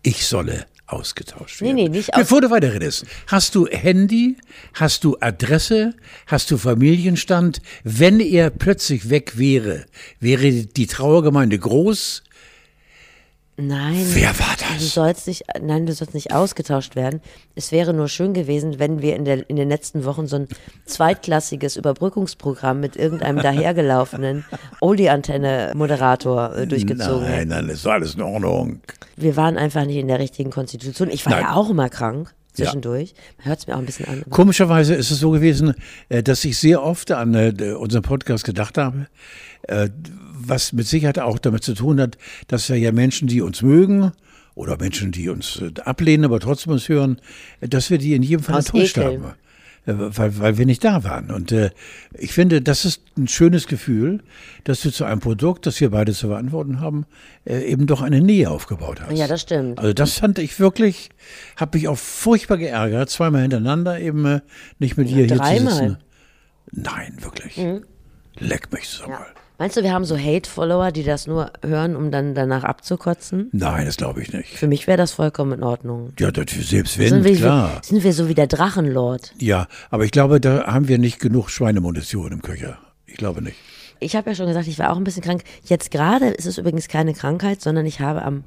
Speaker 2: Ich solle ausgetauscht werden.
Speaker 1: nee, nicht aus-
Speaker 2: Bevor du weiterredest, hast du Handy, hast du Adresse, hast du Familienstand? Wenn er plötzlich weg wäre, wäre die Trauergemeinde groß?
Speaker 1: Nein.
Speaker 2: Wer war
Speaker 1: Du
Speaker 2: das?
Speaker 1: sollst nicht, nein, du sollst nicht ausgetauscht werden. Es wäre nur schön gewesen, wenn wir in, der, in den letzten Wochen so ein zweitklassiges Überbrückungsprogramm mit irgendeinem dahergelaufenen Oldie-Antenne-Moderator äh, durchgezogen
Speaker 2: Nein,
Speaker 1: hätten.
Speaker 2: nein, ist alles in Ordnung.
Speaker 1: Wir waren einfach nicht in der richtigen Konstitution. Ich war
Speaker 2: Nein.
Speaker 1: ja auch immer krank. zwischendurch. Man hört es mir auch ein bisschen an.
Speaker 2: Komischerweise ist es so gewesen, äh, dass ich sehr oft an äh, unseren Podcast gedacht habe, äh, was mit Sicherheit auch damit zu tun hat, dass wir ja Menschen, die uns mögen oder Menschen, die uns äh, ablehnen, aber trotzdem uns hören, äh, dass wir die in jedem Fall
Speaker 1: Aus
Speaker 2: enttäuscht
Speaker 1: Ekel.
Speaker 2: haben. Äh, Weil, weil wir nicht da waren. Und äh, ich finde, das ist ein schönes Gefühl, dass du zu einem Produkt, das wir beide zu verantworten haben, äh, eben doch eine Nähe aufgebaut hast.
Speaker 1: Ja, das stimmt.
Speaker 2: Also das fand ich wirklich, habe mich auch furchtbar geärgert, zweimal hintereinander eben äh, nicht mit dir hier
Speaker 1: dreimal. Mhm.
Speaker 2: zu sitzen. Nein, wirklich. Leck mich so mal.
Speaker 1: Meinst du, wir haben so Hate-Follower, die das nur hören, um dann danach abzukotzen?
Speaker 2: Nein, das glaube ich nicht.
Speaker 1: Für mich wäre das vollkommen in Ordnung.
Speaker 2: Ja, das, selbst wenn,
Speaker 1: Sind wir,
Speaker 2: klar.
Speaker 1: sind wir so wie der Drachenlord?
Speaker 2: Ja, aber ich glaube, da haben wir nicht genug Schweinemunition im Köcher. Ich glaube nicht.
Speaker 1: Ich habe ja schon gesagt, ich war auch ein bisschen krank. Jetzt gerade ist es übrigens keine Krankheit, sondern ich habe am,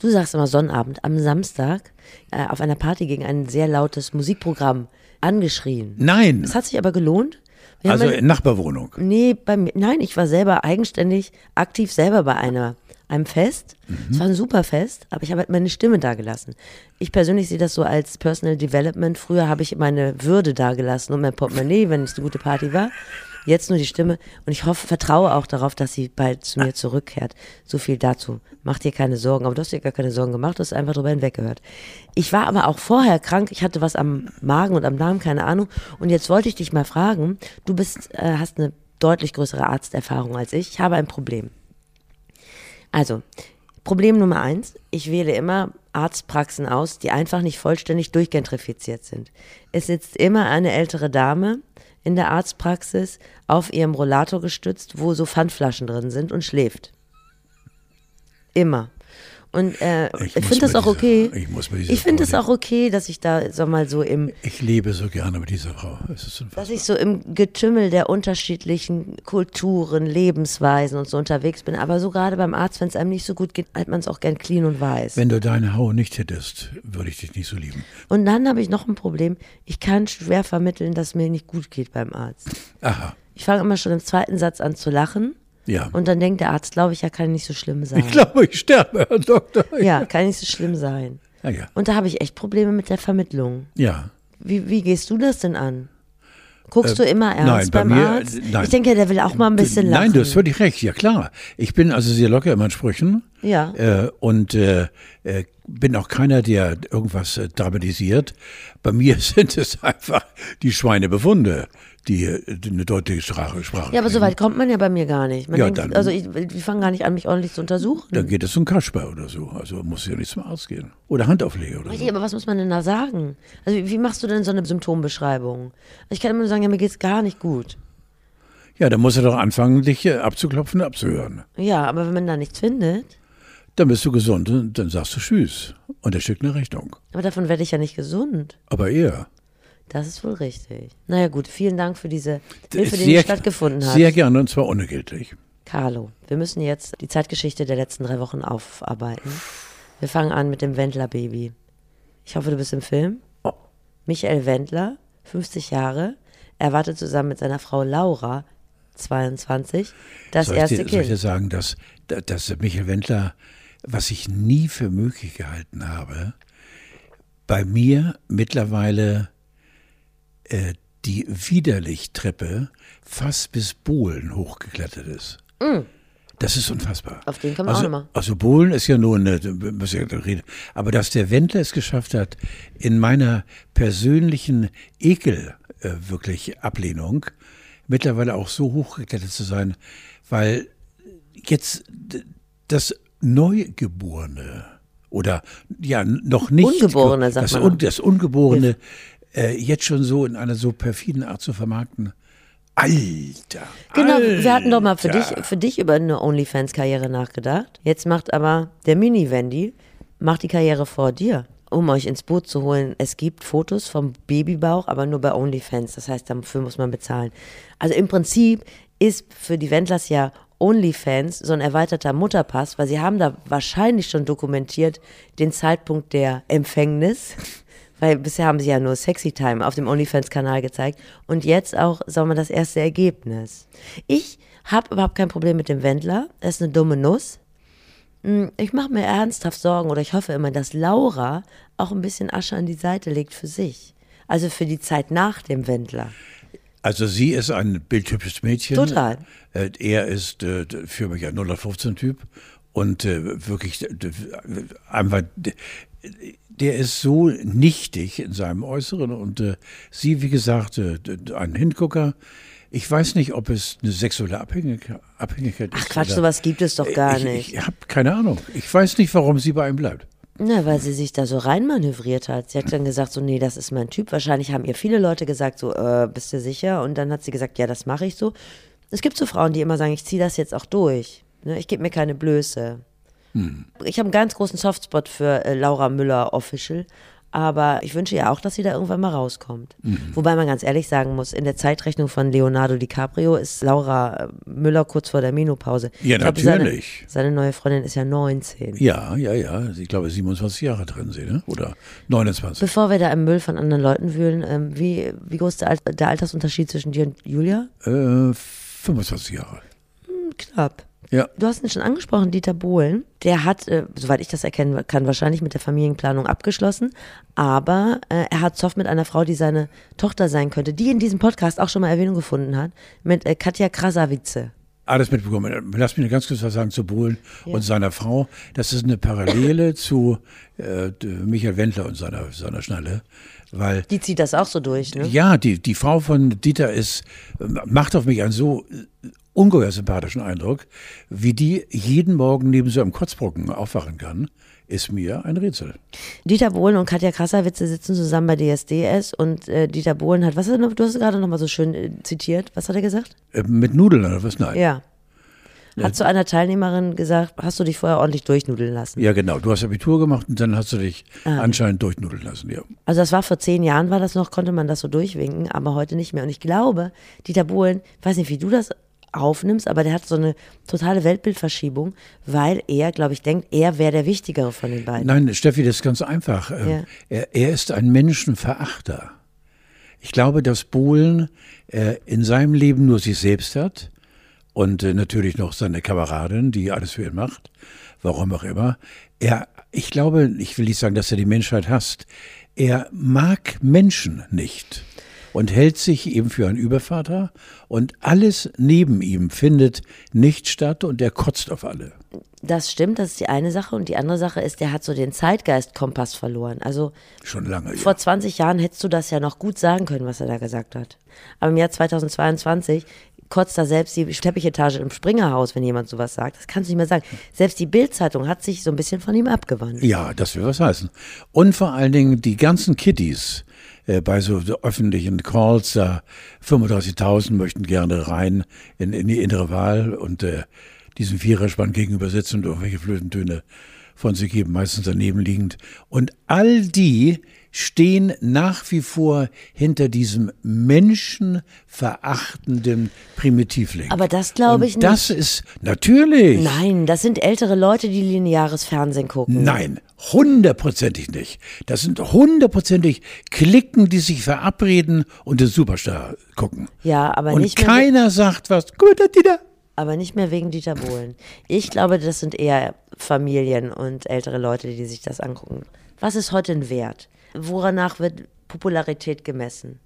Speaker 1: du sagst immer Sonnabend, am Samstag äh, auf einer Party gegen ein sehr lautes Musikprogramm angeschrien.
Speaker 2: Nein,
Speaker 1: Das hat sich aber gelohnt. Wir haben
Speaker 2: also
Speaker 1: ein-
Speaker 2: Nachbarwohnung.
Speaker 1: Nee, bei mir, nein, ich war selber eigenständig, aktiv selber bei einer, einem Fest. Es war ein super Fest, aber ich habe halt meine Stimme dagelassen. Ich persönlich sehe das so als Personal Development. Früher habe ich meine Würde dagelassen und mein Portemonnaie, wenn es eine gute Party war. Jetzt nur die Stimme und ich hoffe, vertraue auch darauf, dass sie bald zu mir zurückkehrt. So viel dazu. Mach dir keine Sorgen, aber du hast dir gar keine Sorgen gemacht, du hast einfach drüber hinweggehört. Ich war aber auch vorher krank, ich hatte was am Magen und am Darm, keine Ahnung. Und jetzt wollte ich dich mal fragen, du bist, äh, hast eine deutlich größere Arzterfahrung als ich. Ich habe ein Problem. Also, Problem Nummer eins, ich wähle immer Arztpraxen aus, die einfach nicht vollständig durchgentrifiziert sind. Es sitzt immer eine ältere Dame in der Arztpraxis auf ihrem Rollator gestützt, wo so Pfandflaschen drin sind und schläft. Immer. Und äh, ich,
Speaker 2: muss
Speaker 1: finde das
Speaker 2: bei
Speaker 1: auch
Speaker 2: dieser-
Speaker 1: okay.
Speaker 2: ich muss bei dieser
Speaker 1: Ich finde es
Speaker 2: Frau
Speaker 1: auch okay, dass ich da, sag mal, so im
Speaker 2: Ich lebe so gerne mit dieser Frau. Es ist unfassbar.
Speaker 1: dass ich so im Getümmel der unterschiedlichen Kulturen, Lebensweisen und so unterwegs bin. Aber so gerade beim Arzt, wenn es einem nicht so gut geht, hat man es auch gern clean und weiß.
Speaker 2: Wenn du deine Hau nicht hättest, würde ich dich nicht so lieben.
Speaker 1: und dann habe ich noch ein Problem. Ich kann schwer vermitteln, dass mir nicht gut geht beim Arzt.
Speaker 2: Aha,
Speaker 1: Ich fange immer schon im zweiten Satz an zu lachen.
Speaker 2: ja.
Speaker 1: Und dann denkt der Arzt, glaube ich, ja, kann nicht so schlimm sein.
Speaker 2: Ah. ich glaube, ich sterbe, Herr Doktor.
Speaker 1: ja, kann nicht so schlimm sein.
Speaker 2: Ja, ja.
Speaker 1: Und da habe ich echt Probleme mit der Vermittlung.
Speaker 2: ja.
Speaker 1: Wie, wie gehst du das denn an? Guckst du immer ernst
Speaker 2: Äh, nein, bei
Speaker 1: beim
Speaker 2: mir,
Speaker 1: Arzt?
Speaker 2: äh, nein.
Speaker 1: Ich denke, der will auch mal ein bisschen lachen.
Speaker 2: Nein, du hast völlig recht, ja klar. Ich bin also sehr locker in meinen Sprüchen.
Speaker 1: Ja.
Speaker 2: Äh, und äh, äh, bin auch keiner, der irgendwas äh, dramatisiert. Bei mir sind es einfach die Schweinebefunde, die, äh, die eine deutliche Sprache sprachen.
Speaker 1: Ja, aber so weit kommt man ja bei mir gar nicht. Man
Speaker 2: Mhm. Ja,
Speaker 1: denkt,
Speaker 2: dann-
Speaker 1: also ich, die fangen gar nicht an, mich ordentlich zu untersuchen.
Speaker 2: Dann geht es um Kasper oder so. Also muss ja nichts mehr ausgehen. Oder Handauflege oder so.
Speaker 1: Richtig, aber was muss man denn da sagen? Also wie, wie machst du denn so eine Symptombeschreibung? Also ich kann immer nur sagen, ja, mir geht's gar nicht gut.
Speaker 2: Ja, dann musst du doch anfangen, dich äh, abzuklopfen, abzuhören.
Speaker 1: Ja, aber wenn man da nichts findet,
Speaker 2: Dann bist du gesund und dann sagst du Tschüss. Und er schickt eine Rechnung.
Speaker 1: aber davon werde ich ja nicht gesund.
Speaker 2: Aber er.
Speaker 1: Das ist wohl richtig. Naja gut, vielen Dank für diese
Speaker 2: ist
Speaker 1: Hilfe, die
Speaker 2: sehr-
Speaker 1: nicht stattgefunden hat.
Speaker 2: Sehr gerne und zwar unentgeltlich.
Speaker 1: Carlo, wir müssen jetzt die Zeitgeschichte der letzten drei Wochen aufarbeiten. Wir fangen an mit dem Wendler-Baby. Ich hoffe, du bist im Film. Michael Wendler, 50 Jahre, erwartet zusammen mit seiner Frau Laura, 22, das
Speaker 2: Soll ich
Speaker 1: erste
Speaker 2: dir, soll ich dir
Speaker 1: Kind.
Speaker 2: sagen, dass, dass Michael Wendler, was ich nie für möglich gehalten habe, bei mir mittlerweile äh, die Widerlich-Treppe fast bis Bohlen hochgeklettert ist. Das ist unfassbar.
Speaker 1: Mm. Auf den kommen wir
Speaker 2: also,
Speaker 1: auch noch mal.
Speaker 2: Also Bohlen ist ja nur eine, muss ja nicht reden. Aber dass der Wendler es geschafft hat, in meiner persönlichen Ekel äh, wirklich Ablehnung mittlerweile auch so hochgeklettert zu sein, weil jetzt d- das Neugeborene oder ja n- noch nicht
Speaker 1: Ungeborene, sagt
Speaker 2: das,
Speaker 1: man
Speaker 2: Un-
Speaker 1: auch.
Speaker 2: das Ungeborene äh, jetzt schon so in einer so perfiden Art zu vermarkten. Alter.
Speaker 1: Genau,
Speaker 2: Alter.
Speaker 1: wir hatten doch mal für dich, für dich über eine OnlyFans-Karriere nachgedacht. Jetzt macht aber der Mini-Wendy, macht die Karriere vor dir, um euch ins Boot zu holen. Es gibt Fotos vom Babybauch, aber nur bei OnlyFans. Das heißt, dafür muss man bezahlen. Also im Prinzip ist für die Wendlers ja OnlyFans so ein erweiterter Mutterpass, weil sie haben da wahrscheinlich schon dokumentiert den Zeitpunkt der Empfängnis. Weil bisher haben sie ja nur Sexy Time auf dem OnlyFans-Kanal gezeigt. Und jetzt auch, sagen wir, das erste Ergebnis. Ich habe überhaupt kein Problem mit dem Wendler. Er ist eine dumme Nuss. mh, ich mache mir ernsthaft Sorgen oder ich hoffe immer, dass Laura auch ein bisschen Asche an die Seite legt für sich. Also für die Zeit nach dem Wendler.
Speaker 2: Also sie ist ein bildtypisches Mädchen.
Speaker 1: Total.
Speaker 2: Äh, Er ist äh, d- für mich ein 0815-Typ und äh, wirklich d- d- einfach, d- der ist so nichtig in seinem Äußeren und äh, sie, wie gesagt, äh, d- d- ein Hingucker. Ich weiß nicht, ob es eine sexuelle Abhängig- Abhängigkeit ist.
Speaker 1: Ach Quatsch,
Speaker 2: oder-
Speaker 1: sowas gibt es doch gar
Speaker 2: ich,
Speaker 1: nicht.
Speaker 2: Ich habe keine Ahnung. Ich weiß nicht, warum sie bei ihm bleibt.
Speaker 1: Na, weil sie sich da so reinmanövriert hat. Sie hat dann gesagt, so, nee, das ist mein Typ. Wahrscheinlich haben ihr viele Leute gesagt, so, äh, bist du sicher? Und dann hat sie gesagt, ja, das mache ich so. Es gibt so Frauen, die immer sagen, ich ziehe das jetzt auch durch. Ne? Ich gebe mir keine Blöße.
Speaker 2: Hm.
Speaker 1: Ich habe einen ganz großen Softspot für äh, Laura Müller Official. Aber ich wünsche ihr auch, dass sie da irgendwann mal rauskommt.
Speaker 2: Mhm.
Speaker 1: Wobei man ganz ehrlich sagen muss, in der Zeitrechnung von Leonardo DiCaprio ist Laura äh, Müller kurz vor der Menopause.
Speaker 2: Ja,
Speaker 1: Ich glaube,
Speaker 2: natürlich.
Speaker 1: Seine, seine neue Freundin ist ja 19.
Speaker 2: Ja, ja, ja. Ich glaube, 27 Jahre drin sind, ne? oder 29.
Speaker 1: Bevor wir da im Müll von anderen Leuten wühlen, ähm, wie, wie groß der, Al der Altersunterschied zwischen dir und Julia?
Speaker 2: Äh, 25 Jahre.
Speaker 1: Hm, Knapp.
Speaker 2: Ja.
Speaker 1: Du hast ihn schon angesprochen, Dieter Bohlen. Der hat, äh, soweit ich das erkennen kann, wahrscheinlich mit der Familienplanung abgeschlossen. Aber äh, er hat Zoff mit einer Frau, die seine Tochter sein könnte, die in diesem Podcast auch schon mal Erwähnung gefunden hat, mit äh, Katja Krasavice.
Speaker 2: Alles mitbekommen. Lass mich nur ganz kurz was sagen zu Bohlen und seiner Frau. Das ist eine Parallele zu äh, d- Michael Wendler und seiner, seiner Schnalle. Weil,
Speaker 1: Die zieht das auch so durch, ne?
Speaker 2: ja, die, die Frau von Dieter ist, ähm, macht auf mich einen so äh, ungeheuer sympathischen Eindruck, wie die jeden Morgen neben so einem Kotzbrocken aufwachen kann, ist mir ein Rätsel.
Speaker 1: Dieter Bohlen und Katja Krasavice sitzen zusammen bei DSDS und äh, Dieter Bohlen hat, was hat er, noch- du hast gerade nochmal so schön äh, zitiert, was hat er gesagt?
Speaker 2: Äh, mit Nudeln oder was? Nein.
Speaker 1: Ja. Hat zu einer Teilnehmerin gesagt, hast du dich vorher ordentlich durchnudeln lassen?
Speaker 2: Ja, genau. Du hast Abitur gemacht und dann hast du dich anscheinend durchnudeln lassen. Ja.
Speaker 1: Also das war vor zehn Jahren, war das noch, konnte man das so durchwinken, aber heute nicht mehr. Und ich glaube, Dieter Bohlen, weiß nicht, wie du das aufnimmst, aber der hat so eine totale Weltbildverschiebung, weil er, glaube ich, denkt, er wäre der Wichtigere von den beiden.
Speaker 2: Nein, Steffi, das ist ganz einfach. Ähm,
Speaker 1: Ja.
Speaker 2: Er, er ist ein Menschenverachter. Ich glaube, dass Bohlen äh, in seinem Leben nur sich selbst hat und äh, natürlich noch seine Kameradin, die alles für ihn macht, warum auch immer. Er, ich glaube, ich will nicht sagen, dass er die Menschheit hasst. Er mag Menschen nicht und hält sich eben für einen Übervater und alles neben ihm findet nicht statt und er kotzt auf alle.
Speaker 1: Das stimmt, das ist die eine Sache. Und die andere Sache ist, der hat so den Zeitgeistkompass verloren. Also
Speaker 2: Schon lange. ja.
Speaker 1: Vor 20 Jahren hättest du das ja noch gut sagen können, was er da gesagt hat. Aber im Jahr 2022 kotzt da selbst die Teppichetage im Springerhaus, wenn jemand sowas sagt. Das kannst du nicht mehr sagen. Selbst die Bild-Zeitung hat sich so ein bisschen von ihm abgewandt.
Speaker 2: Ja, das will was heißen. Und vor allen Dingen die ganzen Kitties äh, bei so so öffentlichen Calls, da 35.000 möchten gerne rein in, in die innere Wahl und äh, diesen Viererspann gegenüber sitzen und irgendwelche Flötentöne von sich geben, meistens daneben liegend. Und all die stehen nach wie vor hinter diesem menschenverachtenden Primitivling.
Speaker 1: Aber das glaube ich
Speaker 2: und das ist natürlich.
Speaker 1: Nein, das sind ältere Leute, die lineares Fernsehen gucken.
Speaker 2: Nein, hundertprozentig nicht. Das sind hundertprozentig Klicken, die sich verabreden und den Superstar gucken.
Speaker 1: Ja, aber
Speaker 2: und
Speaker 1: nicht mehr-
Speaker 2: keiner sagt was. Guter Dieter.
Speaker 1: Aber nicht mehr wegen Dieter Bohlen. Ich glaube, das sind eher Familien und ältere Leute, die sich das angucken. Was ist heute ein Wert? Woranach wird Popularität gemessen?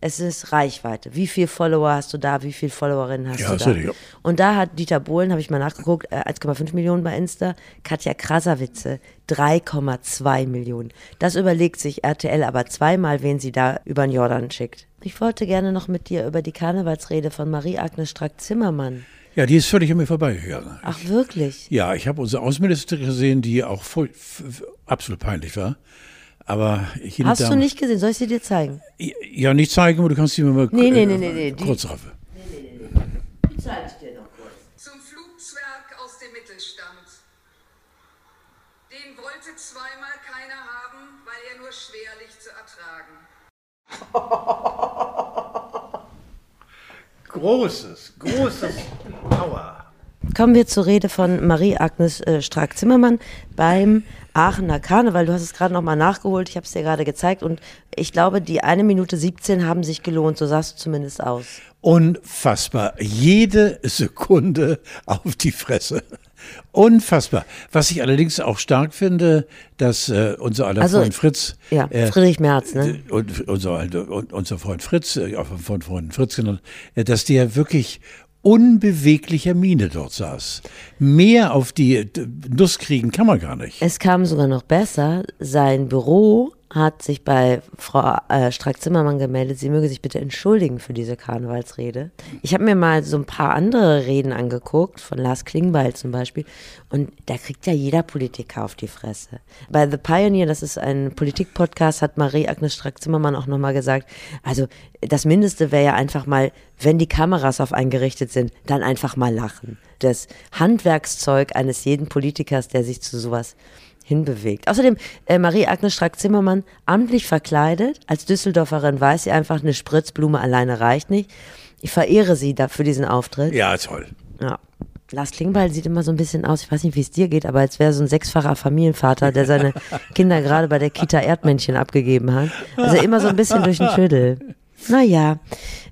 Speaker 1: Es ist Reichweite. Wie viel Follower hast du da? Wie viel Followerinnen hast
Speaker 2: Ja,
Speaker 1: du da?
Speaker 2: sicher, ja.
Speaker 1: Und da hat Dieter Bohlen, habe ich mal nachgeguckt, äh, 1,5 Millionen bei Insta. Katja Krasavice 3,2 Millionen. Das überlegt sich RTL aber zweimal, wen sie da über den Jordan schickt. Ich wollte gerne noch mit dir über die Karnevalsrede von Marie-Agnes Strack-Zimmermann
Speaker 2: Ja, die ist völlig an mir vorbeigegangen.
Speaker 1: Ach wirklich?
Speaker 2: Ja, ich habe unsere Außenministerin gesehen, die auch voll, f, f, absolut peinlich war. Aber ich
Speaker 1: Hast du nicht gesehen? Soll ich sie dir zeigen?
Speaker 2: Ja, nicht zeigen, aber du kannst sie mir mal äh,
Speaker 1: Nee, nee, nee, nee, nee, die-
Speaker 2: kurz raffen.
Speaker 1: Die zeige ich dir noch kurz.
Speaker 3: zum Flugzwerg aus dem Mittelstand. Den wollte zweimal keiner haben, weil er nur schwerlich zu ertragen.
Speaker 4: Großes, großes Power.
Speaker 1: Kommen wir zur Rede von Marie-Agnes äh, Strack-Zimmermann beim Aachener Karneval. Du hast es gerade nochmal nachgeholt, ich habe es dir gerade gezeigt und ich glaube, die eine Minute 17 haben sich gelohnt, so sahst du zumindest aus.
Speaker 2: Unfassbar. Jede Sekunde auf die Fresse. Unfassbar. Was ich allerdings auch stark finde, dass äh, unser aller
Speaker 1: Also,
Speaker 2: Freund Fritz
Speaker 1: Ja,
Speaker 2: äh,
Speaker 1: Friedrich Merz, ne?
Speaker 2: und unser, alter- und unser Freund Fritz, äh, auch von Freunden Fritz genannt, äh, dass der wirklich unbeweglicher Miene dort saß. Mehr auf die äh, Nuss kriegen kann man gar nicht.
Speaker 1: Es kam sogar noch besser. Sein Büro hat sich bei Frau äh, Strack-Zimmermann gemeldet, sie möge sich bitte entschuldigen für diese Karnevalsrede. Ich habe mir mal so ein paar andere Reden angeguckt, von Lars Klingbeil zum Beispiel, und da kriegt ja jeder Politiker auf die Fresse. Bei The Pioneer, das ist ein Politik-Podcast, hat Marie-Agnes Strack-Zimmermann auch nochmal gesagt, also das Mindeste wäre ja einfach mal, wenn die Kameras auf einen gerichtet sind, dann einfach mal lachen. Das Handwerkszeug eines jeden Politikers, der sich zu sowas hinbewegt. Außerdem äh, Marie-Agnes Strack-Zimmermann amtlich verkleidet. Als Düsseldorferin weiß sie einfach, eine Spritzblume alleine reicht nicht. Ich verehre sie da für diesen Auftritt. Ja.
Speaker 2: Ja, toll.
Speaker 1: Lars Klingbeil sieht immer so ein bisschen aus, ich weiß nicht, wie es dir geht, aber als wäre so ein sechsfacher Familienvater, der seine Kinder gerade bei der Kita Erdmännchen abgegeben hat. Also immer so ein bisschen durch den Schüttel. Naja,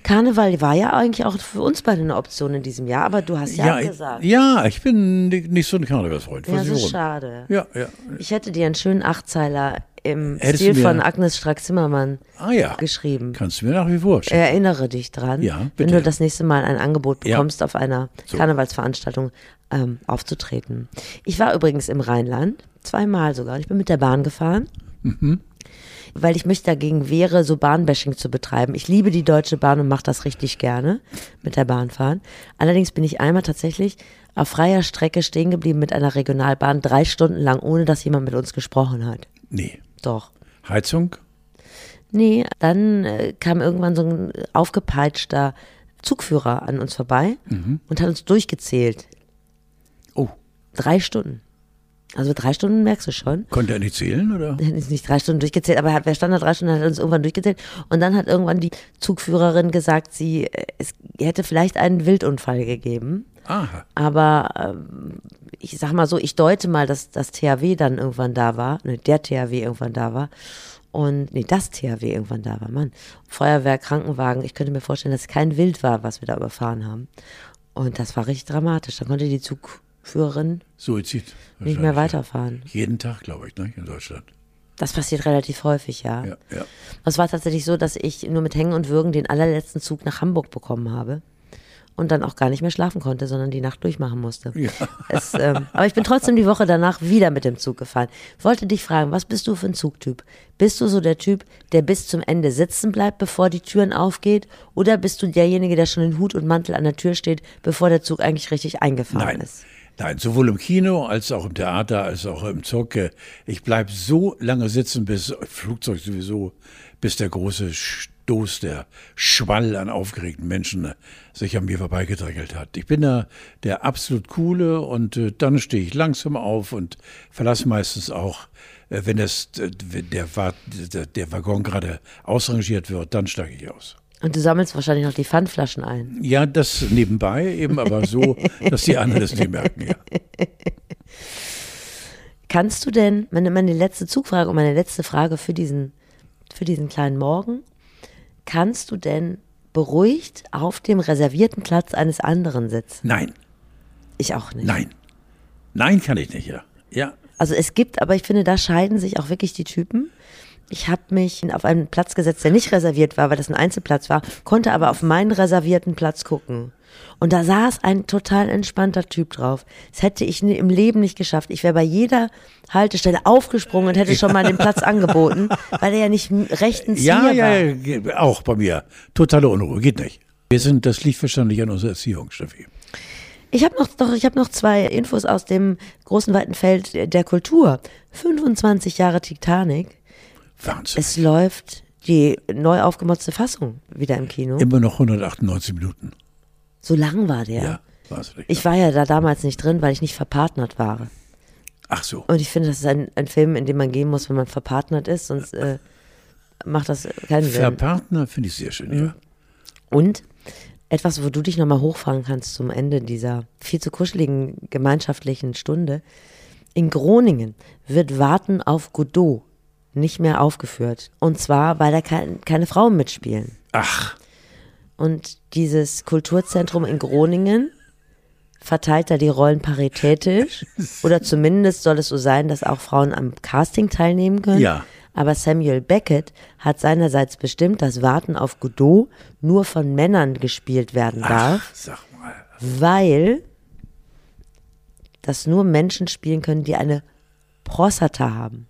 Speaker 1: Karneval war ja eigentlich auch für uns beide eine Option in diesem Jahr, aber du hast ja,
Speaker 2: ich-
Speaker 1: abgesagt.
Speaker 2: ja, ich bin ni- nicht so ein Karnevalsfreund.
Speaker 1: ja, das
Speaker 2: Weiß ich
Speaker 1: ist
Speaker 2: warum.
Speaker 1: schade.
Speaker 2: ja, ja.
Speaker 1: Ich hätte dir einen schönen Achtzeiler im
Speaker 2: Hättest
Speaker 1: Stil
Speaker 2: du mir-
Speaker 1: von Agnes Strack-Zimmermann
Speaker 2: Ah ja,
Speaker 1: geschrieben.
Speaker 2: kannst du mir nach wie vor schicken.
Speaker 1: Erinnere dich dran,
Speaker 2: Ja,
Speaker 1: wenn
Speaker 2: bitte.
Speaker 1: du das nächste Mal ein Angebot
Speaker 2: Ja.
Speaker 1: bekommst, auf einer Karnevalsveranstaltung ähm, aufzutreten. Ich war übrigens im Rheinland, zweimal sogar. Ich bin mit der Bahn gefahren,
Speaker 2: Mhm.
Speaker 1: weil ich mich dagegen wehre, so Bahnbashing zu betreiben. Ich liebe die Deutsche Bahn und mache das richtig gerne, mit der Bahn fahren. Allerdings bin ich einmal tatsächlich auf freier Strecke stehen geblieben mit einer Regionalbahn, drei Stunden lang, ohne dass jemand mit uns gesprochen hat.
Speaker 2: Nee.
Speaker 1: Doch.
Speaker 2: Heizung?
Speaker 1: Nee, dann äh, kam irgendwann so ein aufgepeitschter Zugführer an uns vorbei und hat uns durchgezählt.
Speaker 2: Oh,
Speaker 1: Drei Stunden. Also drei Stunden merkst du schon.
Speaker 2: konnte er nicht zählen, oder?
Speaker 1: Er hat uns nicht drei Stunden durchgezählt, aber er hat, wer stand da drei Stunden, hat uns irgendwann durchgezählt. Und dann hat irgendwann die Zugführerin gesagt, sie, äh, es hätte vielleicht einen Wildunfall gegeben.
Speaker 2: Aha.
Speaker 1: Aber ähm, ich sag mal so, ich deute mal, dass das THW dann irgendwann da war, ne, der THW irgendwann da war. Und nee, das THW irgendwann da war, Mann. Feuerwehr, Krankenwagen, ich könnte mir vorstellen, dass es kein Wild war, was wir da überfahren haben. Und das war richtig dramatisch. Dann konnte die Zugführerin
Speaker 2: Suizid.
Speaker 1: nicht mehr weiterfahren.
Speaker 2: Jeden Tag, glaube ich, ne, in Deutschland.
Speaker 1: Das passiert relativ häufig, ja.
Speaker 2: Ja, ja.
Speaker 1: Es war tatsächlich so, dass ich nur mit Hängen und Würgen den allerletzten Zug nach Hamburg bekommen habe und dann auch gar nicht mehr schlafen konnte, sondern die Nacht durchmachen musste. Es, ähm, aber ich bin trotzdem die Woche danach wieder mit dem Zug gefahren. Wollte dich fragen, was bist du für ein Zugtyp? Bist du so der Typ, der bis zum Ende sitzen bleibt, bevor die Türen aufgeht? Oder bist du derjenige, der schon in Hut und Mantel an der Tür steht, bevor der Zug eigentlich richtig eingefahren
Speaker 2: Nein.
Speaker 1: ist?
Speaker 2: Nein, sowohl im Kino als auch im Theater, als auch im Zug. äh, Ich bleibe so lange sitzen, bis Flugzeug sowieso, bis der große Stoß, der Schwall an aufgeregten Menschen äh, sich an mir vorbeigedrängelt hat. Ich bin da der absolut coole und äh, dann stehe ich langsam auf und verlasse meistens auch, äh, wenn das, äh, wenn der, Wa- der, der Waggon gerade ausrangiert wird, dann steige ich aus.
Speaker 1: Und du sammelst wahrscheinlich noch die Pfandflaschen ein.
Speaker 2: Ja, das nebenbei eben, aber so, dass die anderen das nicht merken. Ja.
Speaker 1: Kannst du denn, meine, meine letzte Zugfrage und meine letzte Frage für diesen, für diesen kleinen Morgen, kannst du denn beruhigt auf dem reservierten Platz eines anderen sitzen?
Speaker 2: Nein.
Speaker 1: Ich auch nicht.
Speaker 2: Nein. Nein kann ich nicht, ja. Ja.
Speaker 1: Also es gibt, aber ich finde, da scheiden sich auch wirklich die Typen. Ich habe mich auf einen Platz gesetzt, der nicht reserviert war, weil das ein Einzelplatz war, konnte aber auf meinen reservierten Platz gucken. Und da saß ein total entspannter Typ drauf. Das hätte ich nie- im Leben nicht geschafft. Ich wäre bei jeder Haltestelle aufgesprungen und hätte schon mal den Platz angeboten, weil er ja nicht rechtens
Speaker 2: Ja,
Speaker 1: hier
Speaker 2: ja,
Speaker 1: war.
Speaker 2: ja, ge- auch bei mir. Totale Unruhe, geht nicht. Wir sind, das liegt wahrscheinlich an unserer Erziehung, Steffi.
Speaker 1: Ich habe noch, doch, ich hab noch zwei Infos aus dem großen weiten Feld der Kultur. 25 Jahre Titanic.
Speaker 2: Wahnsinn.
Speaker 1: Es läuft die neu aufgemotzte Fassung wieder im Kino.
Speaker 2: Immer noch 198 Minuten.
Speaker 1: so lang war der.
Speaker 2: Ja, wahnsinnig.
Speaker 1: Ich war ja da damals nicht drin, weil ich nicht verpartnert war.
Speaker 2: Ach so.
Speaker 1: Und ich finde, das ist ein, ein Film, in den man gehen muss, wenn man verpartnert ist, sonst äh, macht das keinen
Speaker 2: Der
Speaker 1: Sinn.
Speaker 2: Partner finde ich sehr schön,
Speaker 1: Mhm.
Speaker 2: ja.
Speaker 1: Und etwas, wo du dich nochmal hochfahren kannst zum Ende dieser viel zu kuscheligen gemeinschaftlichen Stunde. In Groningen wird Warten auf Godot nicht mehr aufgeführt. Und zwar, weil da kein, keine Frauen mitspielen.
Speaker 2: Ach,
Speaker 1: Und dieses Kulturzentrum in Groningen verteilt er die Rollen paritätisch. Oder zumindest soll es so sein, dass auch Frauen am Casting teilnehmen können.
Speaker 2: Ja.
Speaker 1: Aber Samuel Beckett hat seinerseits bestimmt, dass Warten auf Godot nur von Männern gespielt werden darf,
Speaker 2: Sag mal.
Speaker 1: weil das nur Menschen spielen können, die eine Prostata haben.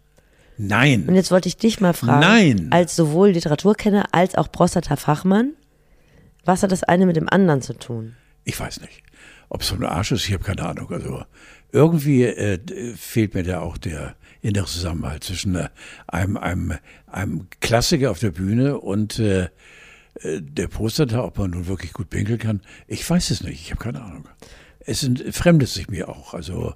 Speaker 1: Und
Speaker 2: Nein.
Speaker 1: jetzt wollte ich dich mal fragen,
Speaker 2: Nein.
Speaker 1: als sowohl Literaturkenner als auch Prostata-Fachmann, was hat das eine mit dem anderen zu tun?
Speaker 2: Ich weiß nicht. Ob es so ein Arsch ist, ich habe keine Ahnung. Also irgendwie äh, d- fehlt mir da auch der innere Zusammenhalt zwischen äh, einem, einem, einem Klassiker auf der Bühne und äh, äh, der Prostata, ob man nun wirklich gut pinkeln kann. Ich weiß es nicht. Ich habe keine Ahnung. Es entfremdet sich mir auch. Also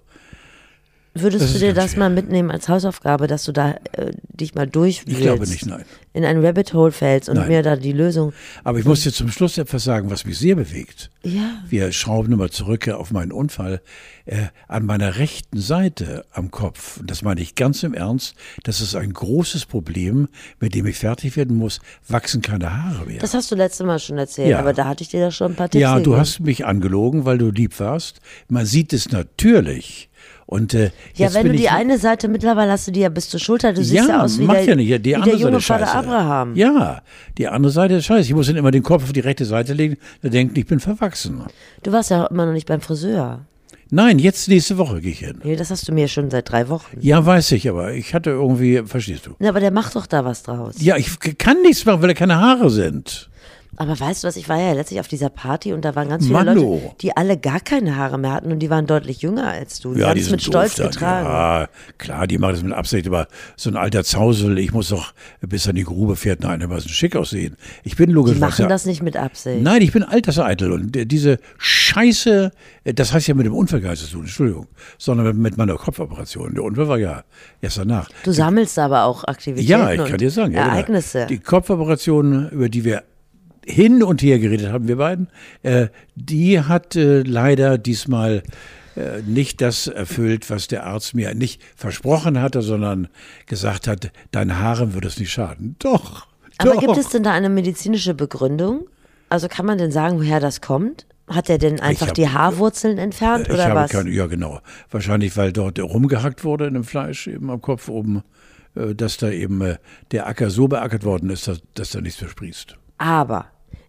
Speaker 1: Würdest
Speaker 2: Das
Speaker 1: du
Speaker 2: ist
Speaker 1: dir
Speaker 2: ganz
Speaker 1: das
Speaker 2: schwer.
Speaker 1: mal mitnehmen als Hausaufgabe, dass du da äh, dich mal durchwühlst?
Speaker 2: ich glaube nicht, nein.
Speaker 1: In ein Rabbit Hole fällst und
Speaker 2: Nein.
Speaker 1: mir da die Lösung.
Speaker 2: Aber ich muss dir zum Schluss etwas sagen, was mich sehr bewegt.
Speaker 1: Ja.
Speaker 2: Wir schrauben nochmal zurück äh, auf meinen Unfall. Äh, an meiner rechten Seite am Kopf, und das meine ich ganz im Ernst, das ist ein großes Problem, mit dem ich fertig werden muss, wachsen keine Haare mehr.
Speaker 1: Das hast du letztes Mal schon erzählt,
Speaker 2: Ja.
Speaker 1: aber da hatte ich dir doch schon ein paar Tipps
Speaker 2: ja, du
Speaker 1: gegeben.
Speaker 2: hast mich angelogen, weil du lieb warst. Man sieht es natürlich. Und, äh,
Speaker 1: Ja,
Speaker 2: jetzt
Speaker 1: wenn
Speaker 2: bin
Speaker 1: du die
Speaker 2: ich,
Speaker 1: eine Seite mittlerweile hast du die ja bis zur Schulter, du siehst
Speaker 2: ja,
Speaker 1: ja aus wie
Speaker 2: macht
Speaker 1: der,
Speaker 2: ja nicht. Ja, Die
Speaker 1: wie
Speaker 2: andere
Speaker 1: der junge
Speaker 2: Seite
Speaker 1: Vater
Speaker 2: ist scheiße.
Speaker 1: Abraham.
Speaker 2: Ja, die andere Seite ist scheiße. Ich muss dann immer den Kopf auf die rechte Seite legen. Da denkt, ich bin verwachsen.
Speaker 1: Du warst ja auch immer noch nicht beim Friseur.
Speaker 2: Nein, jetzt nächste Woche gehe ich hin.
Speaker 1: Nee, das hast du mir schon seit drei Wochen.
Speaker 2: Ja, weiß ich, aber ich hatte irgendwie, verstehst du?
Speaker 1: Na, aber der macht doch da was draus.
Speaker 2: Ja, ich k- kann nichts machen, weil da keine Haare sind.
Speaker 1: Aber weißt du was, ich war ja letztlich auf dieser Party und da waren ganz viele
Speaker 2: Manu.
Speaker 1: Leute, die alle gar keine Haare mehr hatten und die waren deutlich jünger als du. Die haben es mit
Speaker 2: sind
Speaker 1: Stolz
Speaker 2: doof dann.
Speaker 1: getragen.
Speaker 2: Ja, klar, die machen das mit Absicht, aber so ein alter Zausel, ich muss doch bis an die Grube fährt, nein, der muss schick aussehen. Ich bin logisch.
Speaker 1: Die
Speaker 2: was
Speaker 1: machen
Speaker 2: ja-
Speaker 1: das nicht mit Absicht.
Speaker 2: Nein, ich bin alterseitel und äh, diese Scheiße, äh, das heißt ja mit dem Unfall gar nichts zu tun, Entschuldigung, sondern mit- mit meiner Kopfoperation. Der Unfall war ja erst danach.
Speaker 1: Du sammelst aber auch Aktivitäten
Speaker 2: Ja, ich
Speaker 1: und
Speaker 2: kann dir sagen. ja, genau.
Speaker 1: Ereignisse.
Speaker 2: Die Kopfoperation, über die wir hin und her geredet haben, wir beiden, äh, die hat äh, leider diesmal äh, nicht das erfüllt, was der Arzt mir nicht versprochen hatte, sondern gesagt hat, deinen Haaren würde es nicht schaden. Doch.
Speaker 1: aber
Speaker 2: doch.
Speaker 1: gibt es denn da eine medizinische Begründung? Also kann man denn sagen, woher das kommt? Hat er denn einfach
Speaker 2: hab- Äh,
Speaker 1: die Haarwurzeln entfernt
Speaker 2: ich
Speaker 1: oder
Speaker 2: habe
Speaker 1: was?
Speaker 2: Keine, ja, genau. Wahrscheinlich, weil dort rumgehackt wurde in dem Fleisch eben am Kopf oben, äh, dass da eben äh, der Acker so beackert worden ist, dass, dass da nichts versprießt.
Speaker 1: aber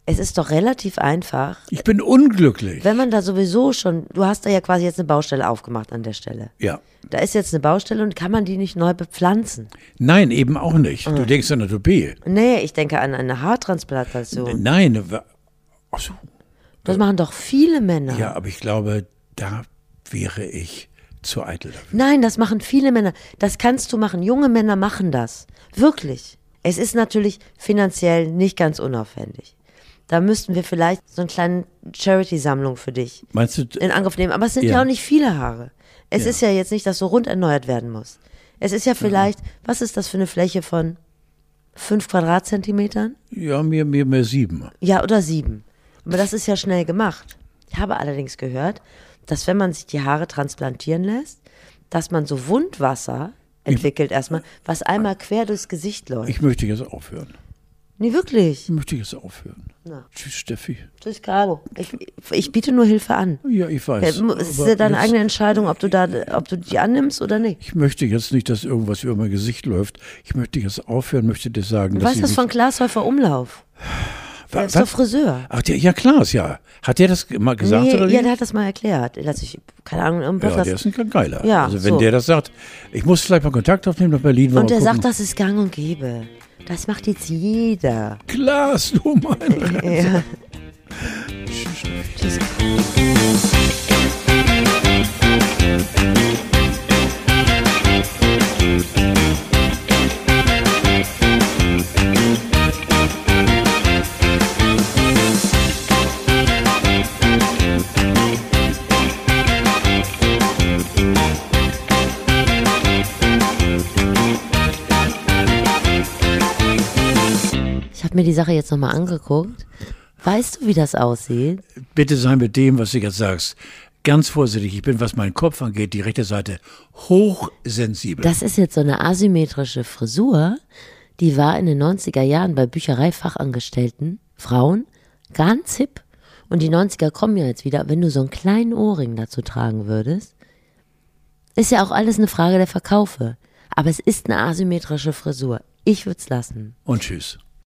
Speaker 1: es ist doch relativ einfach,
Speaker 2: Ich bin unglücklich.
Speaker 1: wenn man da sowieso schon, du hast da ja quasi jetzt eine Baustelle aufgemacht an der Stelle.
Speaker 2: Ja.
Speaker 1: Da ist jetzt eine Baustelle und kann man die nicht neu bepflanzen?
Speaker 2: Nein, eben auch nicht.
Speaker 1: Ah.
Speaker 2: Du denkst an eine Toupee.
Speaker 1: Nee, ich denke an eine Haartransplantation.
Speaker 2: Nein, wa- ach so.
Speaker 1: Das machen doch viele Männer.
Speaker 2: ja, aber ich glaube, da wäre ich zu eitel dafür.
Speaker 1: Nein, das machen viele Männer. Das kannst du machen. Junge Männer machen das. Wirklich. Es ist natürlich finanziell nicht ganz unaufwendig. Da müssten wir vielleicht so eine kleine Charity-Sammlung für dich
Speaker 2: Meinst du,
Speaker 1: in Angriff nehmen. Aber es sind ja,
Speaker 2: Ja.
Speaker 1: auch nicht viele Haare. Es ist ja Mhm. jetzt nicht, dass so rund erneuert werden muss. Es ist ja vielleicht, was ist das für eine Fläche von fünf Quadratzentimetern?
Speaker 2: ja, mir, mir, mir sieben.
Speaker 1: Ja, oder sieben. Aber das ist ja schnell gemacht. Ich habe allerdings gehört, dass wenn man sich die Haare transplantieren lässt, dass man so Wundwasser entwickelt erstmal, was einmal quer durchs Gesicht läuft.
Speaker 2: Ich möchte jetzt aufhören.
Speaker 1: Nee, wirklich.
Speaker 2: Ich möchte jetzt aufhören. Tschüss, Steffi.
Speaker 1: Tschüss, Caro. Ich, ich biete nur Hilfe an.
Speaker 2: Ja, ich weiß.
Speaker 1: Äh, mu- Es ist
Speaker 2: aber
Speaker 1: ja deine
Speaker 2: jetzt-
Speaker 1: eigene Entscheidung, ob du, da, ob du die annimmst oder nicht.
Speaker 2: Ich möchte jetzt nicht, dass irgendwas über mein Gesicht läuft. Ich möchte jetzt aufhören, möchte dir sagen,
Speaker 1: Du
Speaker 2: dass
Speaker 1: weißt
Speaker 2: ich
Speaker 1: was von Glashäufer Umlauf? Der ist doch Friseur.
Speaker 2: Ach, der, ja, klar, ist ja. Hat der das ge- mal gesagt
Speaker 1: Nee,
Speaker 2: oder wie?
Speaker 1: ja, der hat das mal erklärt. Der hat sich, keine Ahnung, im
Speaker 2: ja,
Speaker 1: Podcast.
Speaker 2: der ist ein Geiler.
Speaker 1: Ja,
Speaker 2: also wenn
Speaker 1: so.
Speaker 2: der das sagt, ich muss vielleicht mal Kontakt aufnehmen nach Berlin.
Speaker 1: und der sagt, das ist gang und gäbe. Das macht jetzt jeder.
Speaker 2: Glas, du mein
Speaker 1: Ja. Ich habe mir die Sache jetzt nochmal angeguckt. Weißt du, wie das aussieht?
Speaker 2: Bitte sei mit dem, was du jetzt sagst, ganz vorsichtig. Ich bin, was meinen Kopf angeht, die rechte Seite, hochsensibel.
Speaker 1: Das ist jetzt so eine asymmetrische Frisur, die war in den 90er Jahren bei Büchereifachangestellten, Frauen, ganz hip. Und die 90er kommen ja jetzt wieder. Wenn du so einen kleinen Ohrring dazu tragen würdest, ist ja auch alles eine Frage der Verkaufe. Aber es ist eine asymmetrische Frisur. Ich würde es lassen.
Speaker 2: Und tschüss.